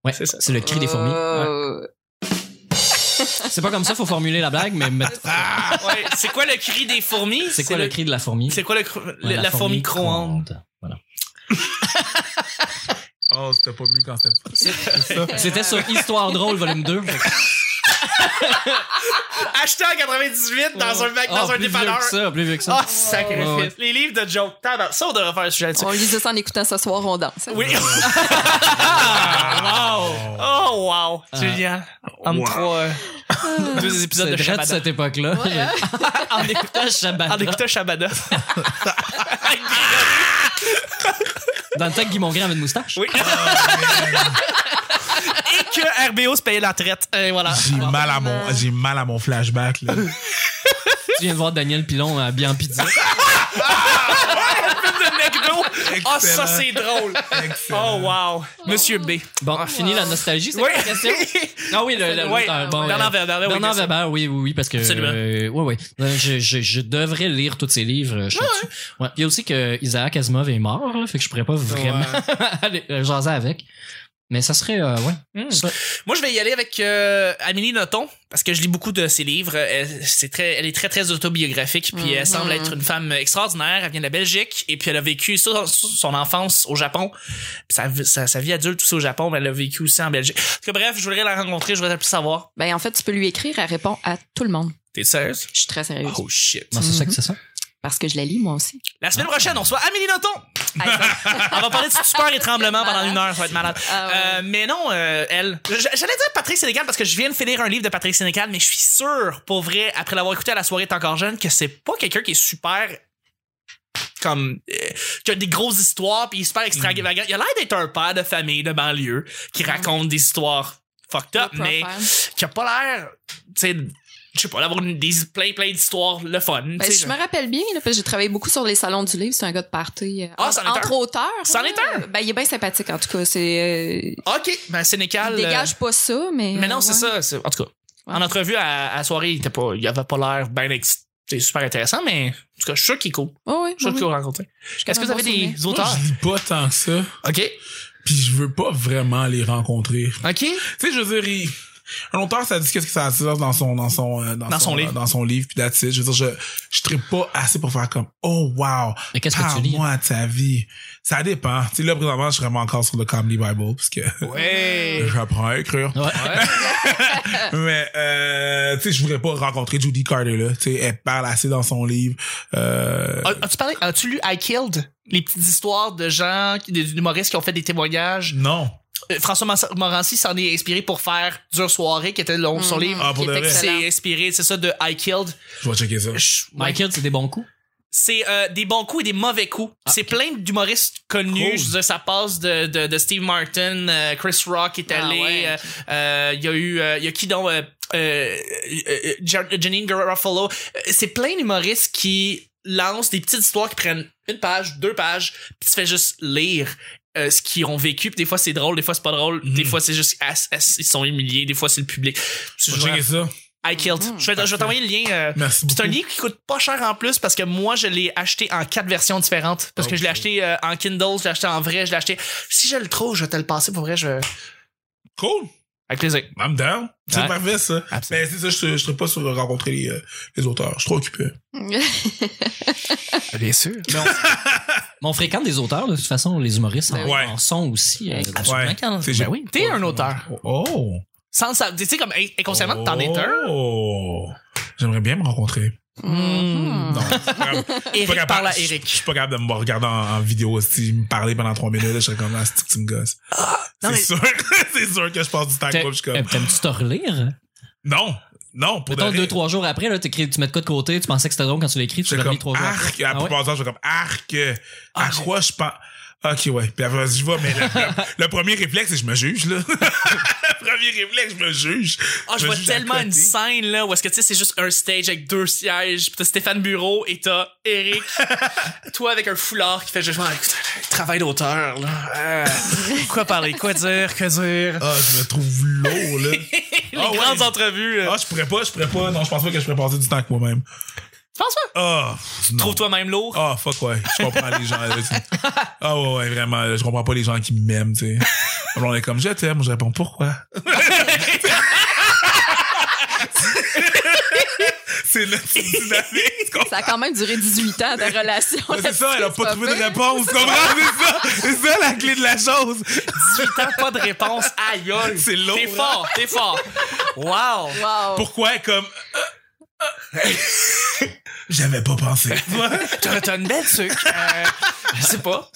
[SPEAKER 4] Ouais,
[SPEAKER 1] C'est ça.
[SPEAKER 4] c'est le cri des fourmis. Ouais.
[SPEAKER 2] Euh,
[SPEAKER 4] C'est pas comme ça, faut formuler la blague, mais mettre-
[SPEAKER 1] Ah Ouais. C'est quoi le cri des fourmis?
[SPEAKER 4] Ah, c'est quoi le cri de la fourmi?
[SPEAKER 1] C'est quoi le cr-
[SPEAKER 4] Ouais,
[SPEAKER 1] le- la, fourmi micro-ondes?
[SPEAKER 4] Voilà.
[SPEAKER 3] Oh, c'était pas mieux quand c'était pas.
[SPEAKER 4] C'était sur Histoire drôle, volume 2.
[SPEAKER 1] Acheté en 98 dans un, mag- dans
[SPEAKER 4] Ah,
[SPEAKER 1] un
[SPEAKER 4] plus vieux
[SPEAKER 1] dépanneur.
[SPEAKER 4] que ça, plus vieux que ça.
[SPEAKER 1] Ah, sacrifice.
[SPEAKER 4] Ouais, ouais.
[SPEAKER 1] Les livres de Joe. Tabarnak, Ça, on devrait faire un sujet là-dessus.
[SPEAKER 2] On lisait ça en écoutant ce soir, on danse.
[SPEAKER 1] Oui.
[SPEAKER 3] Ah,
[SPEAKER 1] wow. Oh, wow. Julien, en
[SPEAKER 3] Wow.
[SPEAKER 1] trois. euh, deux épisodes
[SPEAKER 4] C'est
[SPEAKER 1] de
[SPEAKER 4] vrai de
[SPEAKER 1] Shabada.
[SPEAKER 4] cette époque-là. en écoutant Shabbat.
[SPEAKER 1] En écoutant Shabada.
[SPEAKER 4] Dans le temps que Guy Mongrain avait une moustache.
[SPEAKER 1] oui. Et que RBO se payait la traite. Et voilà.
[SPEAKER 3] J'ai mal à mon, j'ai mal à mon flashback, là.
[SPEAKER 4] Tu viens de voir Daniel Pilon à bien pizza.
[SPEAKER 1] de McDo. Ah, ça,
[SPEAKER 3] Excellent.
[SPEAKER 1] c'est drôle. Oh,
[SPEAKER 3] Excellent.
[SPEAKER 1] wow. Monsieur B.
[SPEAKER 4] Bon, fini la nostalgie, c'est
[SPEAKER 1] Ah. Oui.
[SPEAKER 4] quoi la question? Ah oui, le, le-
[SPEAKER 1] Oui.
[SPEAKER 4] l'auteur. Bon,
[SPEAKER 1] Bernard
[SPEAKER 4] euh,
[SPEAKER 1] Werber, oui, bien
[SPEAKER 4] Bernard
[SPEAKER 1] sûr.
[SPEAKER 4] Werber, oui, oui, oui, parce que.
[SPEAKER 1] Absolument.
[SPEAKER 4] euh, ouais, ouais. Euh, Je, je, je devrais lire tous ses livres. euh, Je suis là-dessus. ouais. Il y a aussi que Isaac Asimov est mort, là, fait que je pourrais pas vraiment aller euh, jaser avec. Mais ça serait. euh, ouais. Ça-
[SPEAKER 1] Moi, je vais y aller avec euh, Amélie Nothomb parce que je lis beaucoup de ses livres. Elle, c'est très, elle est très, très autobiographique. Puis elle
[SPEAKER 2] Mhm.
[SPEAKER 1] semble être une femme extraordinaire. Elle vient de la Belgique et puis elle a vécu ça, son enfance au Japon. Puis sa, vie- sa, sa vie adulte aussi au Japon, mais elle l'a vécu aussi en Belgique. En tout cas, bref, je voudrais la rencontrer, je voudrais plus savoir.
[SPEAKER 2] Ben, en fait, tu peux lui écrire, elle répond à tout le monde.
[SPEAKER 1] T'es sérieuse?
[SPEAKER 2] Je suis très sérieuse.
[SPEAKER 1] Oh shit.
[SPEAKER 4] Bon, c'est ça que c'est ça.
[SPEAKER 2] Parce que je la lis, moi aussi.
[SPEAKER 1] La semaine prochaine, on reçoit Amélie Nothomb.
[SPEAKER 2] Hey,
[SPEAKER 1] Ah,
[SPEAKER 2] ça-
[SPEAKER 1] On va parler de stupeur et tremblement pendant une heure, ça va être malade.
[SPEAKER 2] Ah ouais.
[SPEAKER 1] Euh, mais non, euh, elle. Je- J'allais dire Patrick Sénécal parce que je viens de finir un livre de Patrick Sénécal, mais je suis sûr, pour vrai, après l'avoir écouté à la soirée T'es encore jeune, que c'est pas quelqu'un qui est super comme euh, qui a des grosses histoires puis il est super extravagant.
[SPEAKER 2] Mm.
[SPEAKER 1] Il a l'air d'être un père de famille de banlieue qui raconte des histoires fucked up,
[SPEAKER 2] Low
[SPEAKER 1] mais
[SPEAKER 2] profile.
[SPEAKER 1] qui a pas l'air, tu sais, je sais pas, d'avoir une- des plein plein d'histoires le fun. tu
[SPEAKER 2] Ben,
[SPEAKER 1] sais,
[SPEAKER 2] je me rappelle bien, là, parce que j'ai travaillé beaucoup sur les salons du livre. C'est un gars de party. euh,
[SPEAKER 1] Ah,
[SPEAKER 2] en-
[SPEAKER 1] c'en est un.
[SPEAKER 2] entre auteurs.
[SPEAKER 1] C'en
[SPEAKER 2] là.
[SPEAKER 1] est un.
[SPEAKER 2] Ben, il est bien sympathique, en tout cas. C'est, euh,
[SPEAKER 1] Ok, ben Sénécal.
[SPEAKER 2] il
[SPEAKER 1] euh,
[SPEAKER 2] dégage pas ça, mais.
[SPEAKER 1] Mais non, c'est ça.
[SPEAKER 2] ouais.
[SPEAKER 1] c'est- En tout cas,
[SPEAKER 2] Ouais.
[SPEAKER 1] en entrevue à, à la soirée, il, était pas, il avait pas l'air bien C'est super intéressant, mais en tout cas, je suis sûr qu'il est cool.
[SPEAKER 2] Ouais, ouais,
[SPEAKER 1] Je suis sûr
[SPEAKER 2] ouais,
[SPEAKER 1] qu'il va rencontrer. Est-ce que vous
[SPEAKER 2] un
[SPEAKER 1] avez
[SPEAKER 2] bon
[SPEAKER 1] des
[SPEAKER 2] souvenir.
[SPEAKER 1] auteurs?
[SPEAKER 3] Moi, je lis pas tant que ça.
[SPEAKER 1] OK.
[SPEAKER 3] Puis je veux pas vraiment les rencontrer.
[SPEAKER 1] OK.
[SPEAKER 3] Tu sais, je veux dire, il- un auteur, ça dit qu'est-ce que ça a dans son, dans son, euh,
[SPEAKER 1] Dans son livre.
[SPEAKER 3] Dans son livre, puis that's it. Je veux dire, je, je trippe pas assez pour faire comme, oh wow.
[SPEAKER 4] Mais qu'est-ce
[SPEAKER 1] Ah,
[SPEAKER 4] que tu lis?
[SPEAKER 3] Parle-moi de ta vie. Ça dépend. Tu sais, là, présentement, je suis vraiment encore sur le Comedy Bible, parce que
[SPEAKER 1] Ouais.
[SPEAKER 3] j'apprends à écrire.
[SPEAKER 4] Ouais.
[SPEAKER 3] Mais euh, tu sais, je voudrais pas rencontrer Judy Carter là. Tu sais, elle parle assez dans son livre. Euh,
[SPEAKER 1] As- As-tu parlé, as-tu lu I Killed? Les petites histoires de gens, qui- des humoristes qui ont fait des témoignages.
[SPEAKER 3] non.
[SPEAKER 1] Euh, François Mans- Morancy s'en est inspiré pour faire Dure Soirée, qui était le long, son
[SPEAKER 2] Mhm.
[SPEAKER 1] livre.
[SPEAKER 3] Ah, pour
[SPEAKER 2] Qui est
[SPEAKER 3] de vrai.
[SPEAKER 2] excellent.
[SPEAKER 1] C'est inspiré, c'est ça, de I Killed.
[SPEAKER 3] Je vais checker ça.
[SPEAKER 1] Je-
[SPEAKER 4] Michael, c'est des bons coups.
[SPEAKER 1] C'est euh, des bons coups et des mauvais coups. c'est plein d'humoristes connus.
[SPEAKER 3] Ah. Cool.
[SPEAKER 1] Je veux dire, ça passe de, de, de Steve Martin, euh, Chris Rock est
[SPEAKER 2] Ah
[SPEAKER 1] allé.
[SPEAKER 2] ouais,
[SPEAKER 1] euh, euh, Il y a eu, euh, il y a qui donc, euh, euh, euh, Jan- Janine Garofalo. Euh, C'est plein d'humoristes qui lancent des petites histoires qui prennent une page, deux pages, puis tu fais juste lire. euh, ce qu'ils ont vécu, puis des fois c'est drôle, des fois c'est pas drôle, des
[SPEAKER 3] Mm.
[SPEAKER 1] fois c'est juste ass- ass- ils sont humiliés, des fois c'est le public.
[SPEAKER 3] Je vais checker ça. Mm,
[SPEAKER 1] I killed.
[SPEAKER 2] Mhm.
[SPEAKER 1] je vais, je vais t'envoyer le lien. euh,
[SPEAKER 3] Merci
[SPEAKER 1] puis C'est un
[SPEAKER 3] beaucoup.
[SPEAKER 1] livre qui coûte pas cher en plus parce que moi, je l'ai acheté en quatre versions différentes. Parce que je l'ai
[SPEAKER 3] Ok.
[SPEAKER 1] acheté euh, en Kindle, je l'ai acheté en vrai, je l'ai acheté. Si je le trouve, je vais te le passer pour vrai. Je...
[SPEAKER 3] Cool.
[SPEAKER 1] Avec plaisir.
[SPEAKER 3] I'm down. C'est
[SPEAKER 1] Ouais.
[SPEAKER 3] parfait ça.
[SPEAKER 1] Absolument.
[SPEAKER 3] Mais c'est ça, je, je serais pas sur euh, rencontrer les, euh, les auteurs. Je suis trop occupé. Ah,
[SPEAKER 1] Bien sûr.
[SPEAKER 4] Mais on fréquente des auteurs, de toute façon, les humoristes en,
[SPEAKER 3] Ouais.
[SPEAKER 4] en sont aussi. euh, dans-
[SPEAKER 3] Ouais. Ben C'est- j'ai-
[SPEAKER 4] Ben oui.
[SPEAKER 1] T'es un auteur.
[SPEAKER 3] Oh.
[SPEAKER 1] Sans le savoir. Tu sais, comme in- inconsciemment, t'en es un.
[SPEAKER 3] Oh. J'aimerais bien me rencontrer.
[SPEAKER 1] Mm.
[SPEAKER 2] Mhm.
[SPEAKER 3] Non. c'est pas grave.
[SPEAKER 1] Eric
[SPEAKER 3] Pas capable.
[SPEAKER 1] parle à
[SPEAKER 3] Je
[SPEAKER 1] Eric.
[SPEAKER 3] suis pas capable de me regarder en, en vidéo. Si me parler pendant trois minutes, je serais comme là, c'est que tu me gosses.
[SPEAKER 1] Ah, non,
[SPEAKER 3] C'est
[SPEAKER 1] mais-
[SPEAKER 3] sûr, c'est sûr que je passe du temps
[SPEAKER 4] T'es-
[SPEAKER 3] comme je suis
[SPEAKER 4] euh,
[SPEAKER 3] comme.
[SPEAKER 4] T'aimes-tu te relire?
[SPEAKER 3] Non, non, pour de
[SPEAKER 4] Mettons,
[SPEAKER 3] vrai.
[SPEAKER 4] deux, trois jours après, là, t'écris- tu mets de quoi de côté, tu pensais que c'était drôle quand tu l'écris, tu
[SPEAKER 3] J'étais
[SPEAKER 4] l'as
[SPEAKER 3] comme
[SPEAKER 4] remis trois jours
[SPEAKER 3] arc,
[SPEAKER 4] après.
[SPEAKER 3] la
[SPEAKER 4] Ah ouais?
[SPEAKER 3] plupart du temps, je fais comme arc, euh,
[SPEAKER 1] Ah,
[SPEAKER 3] à
[SPEAKER 1] j'ai-
[SPEAKER 3] quoi je pense. Ok, ouais. Puis après, je vais, mais le, le- le premier réflexe, c'est je me juge, là. le premier réflexe, je me juge.
[SPEAKER 1] Ah, je
[SPEAKER 3] me
[SPEAKER 1] vois
[SPEAKER 3] juge à
[SPEAKER 1] tellement une
[SPEAKER 3] côté.
[SPEAKER 1] scène là où est-ce que tu sais, c'est juste un stage avec deux sièges. Puis t'as Stéphane Bureau et t'as Eric. toi avec un foulard qui fait juste genre, écoute, travail d'auteur là. Euh, quoi parler, quoi dire, que dire.
[SPEAKER 3] Ah, je me trouve lourd, là.
[SPEAKER 1] Les
[SPEAKER 3] Ah, ouais.
[SPEAKER 1] grandes entrevues. euh.
[SPEAKER 3] Ah, je pourrais pas, je pourrais pas. Non, je pense pas que je pourrais passer du temps avec moi-même.
[SPEAKER 1] Tu penses pas?
[SPEAKER 3] Ah, non.
[SPEAKER 1] Trouve-toi même lourd.
[SPEAKER 3] Ah, fuck, ouais. Je comprends les gens, là. tu- Ah, ouais, ouais, vraiment. là, Je comprends pas les gens qui m'aiment, tu sais. On est comme je t'aime, je réponds pourquoi. C'est notre dynamique. tu comprends?
[SPEAKER 2] Ça a quand même duré 18 ans, ta relation.
[SPEAKER 3] Ouais, ben, C'est ça, elle a
[SPEAKER 2] là-dessus,
[SPEAKER 3] pas
[SPEAKER 2] c'est
[SPEAKER 3] trouvé de
[SPEAKER 2] pire.
[SPEAKER 3] réponse. tu comprends? C'est ça, c'est ça la clé de la chose.
[SPEAKER 1] 18 ans, pas de réponse. Aïe, aïe.
[SPEAKER 3] C'est lourd,
[SPEAKER 1] T'es
[SPEAKER 3] hein?
[SPEAKER 1] fort, t'es fort. Wow.
[SPEAKER 2] Wow.
[SPEAKER 3] Pourquoi, comme. euh, J'avais pas pensé. Tu vois?
[SPEAKER 1] T'as t'as une belle sucre. Euh, je sais pas.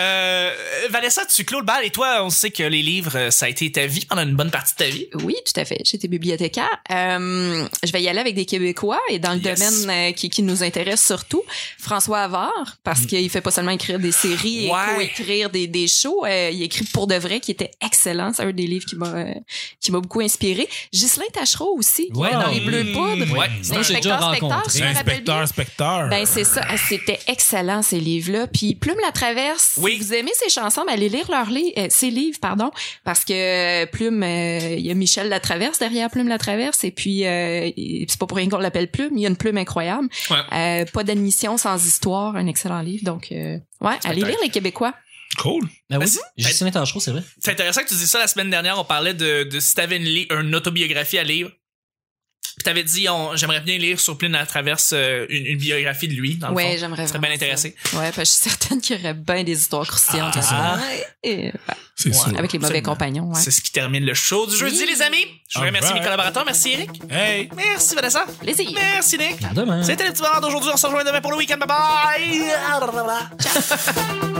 [SPEAKER 1] Euh, Vanessa, tu clôt le bal et toi, on sait que les livres, euh, ça a été ta vie pendant une bonne partie de ta vie.
[SPEAKER 2] Oui, tout à fait. J'étais bibliothécaire. Euh, je vais y aller avec des Québécois et dans le
[SPEAKER 1] Yes.
[SPEAKER 2] domaine euh, qui, qui nous intéresse surtout, François Havard, parce qu'il fait pas seulement écrire des séries et
[SPEAKER 1] Ouais.
[SPEAKER 2] co-écrire des, des shows. euh, il écrit pour de vrai, qui était excellent. C'est un des livres qui m'a euh, qui m'a beaucoup inspiré. Ghislain Tachereau aussi, qui
[SPEAKER 4] Ouais.
[SPEAKER 2] est dans les
[SPEAKER 1] Hmm.
[SPEAKER 2] Bleus Poudres.
[SPEAKER 1] Ouais.
[SPEAKER 4] Ça, j'ai déjà
[SPEAKER 2] L'inspecteur Spector,
[SPEAKER 4] rencontré.
[SPEAKER 2] je me rappelle bien.
[SPEAKER 3] Inspecteur, specteur.
[SPEAKER 2] Ben c'est ça, Ah, c'était excellent ces livres-là. Puis Plume la traverse,
[SPEAKER 1] Oui.
[SPEAKER 2] si vous aimez ces chansons, ben, allez lire leurs li- euh, ces livres, pardon, parce que euh, Plume, euh, il y a Michel la traverse derrière Plume la traverse, et puis euh, il- c'est pas pour rien qu'on l'appelle Plume, il y a une plume incroyable.
[SPEAKER 1] Ouais.
[SPEAKER 2] Euh, pas d'admission sans histoire, un excellent livre. Donc euh, ouais, allez lire les Québécois.
[SPEAKER 3] Cool.
[SPEAKER 4] Ben oui,
[SPEAKER 1] Ben, c'est-
[SPEAKER 4] Justine Tachereau, c'est vrai.
[SPEAKER 1] C'est intéressant que tu dises ça la semaine dernière. On parlait de, de si t'avais une, li- une autobiographie à lire. Puis t'avais dit, on- j'aimerais bien lire sur Pline à traverse euh, une, une biographie de lui. Dans le
[SPEAKER 2] Ouais,
[SPEAKER 1] fond.
[SPEAKER 2] j'aimerais.
[SPEAKER 1] Tu serais
[SPEAKER 2] vraiment
[SPEAKER 1] bien intéressé.
[SPEAKER 2] ça. Ouais, parce que je suis certaine qu'il y aurait bien des histoires croustillantes.
[SPEAKER 1] Ah,
[SPEAKER 2] à ça. Et, bah,
[SPEAKER 3] C'est sûr.
[SPEAKER 2] avec les mauvais
[SPEAKER 1] Absolument.
[SPEAKER 2] compagnons. Ouais.
[SPEAKER 1] C'est ce qui termine le show du jeudi,
[SPEAKER 2] Oui.
[SPEAKER 1] les amis. Je voudrais remercier mes
[SPEAKER 3] Alright.
[SPEAKER 1] collaborateurs. Merci Eric.
[SPEAKER 3] Hey!
[SPEAKER 1] Merci Vanessa.
[SPEAKER 2] Plaisir.
[SPEAKER 1] Merci Nick.
[SPEAKER 4] Ben, À demain.
[SPEAKER 1] C'était le petit bonheur d'aujourd'hui. On se rejoint demain pour le week-end. Bye bye.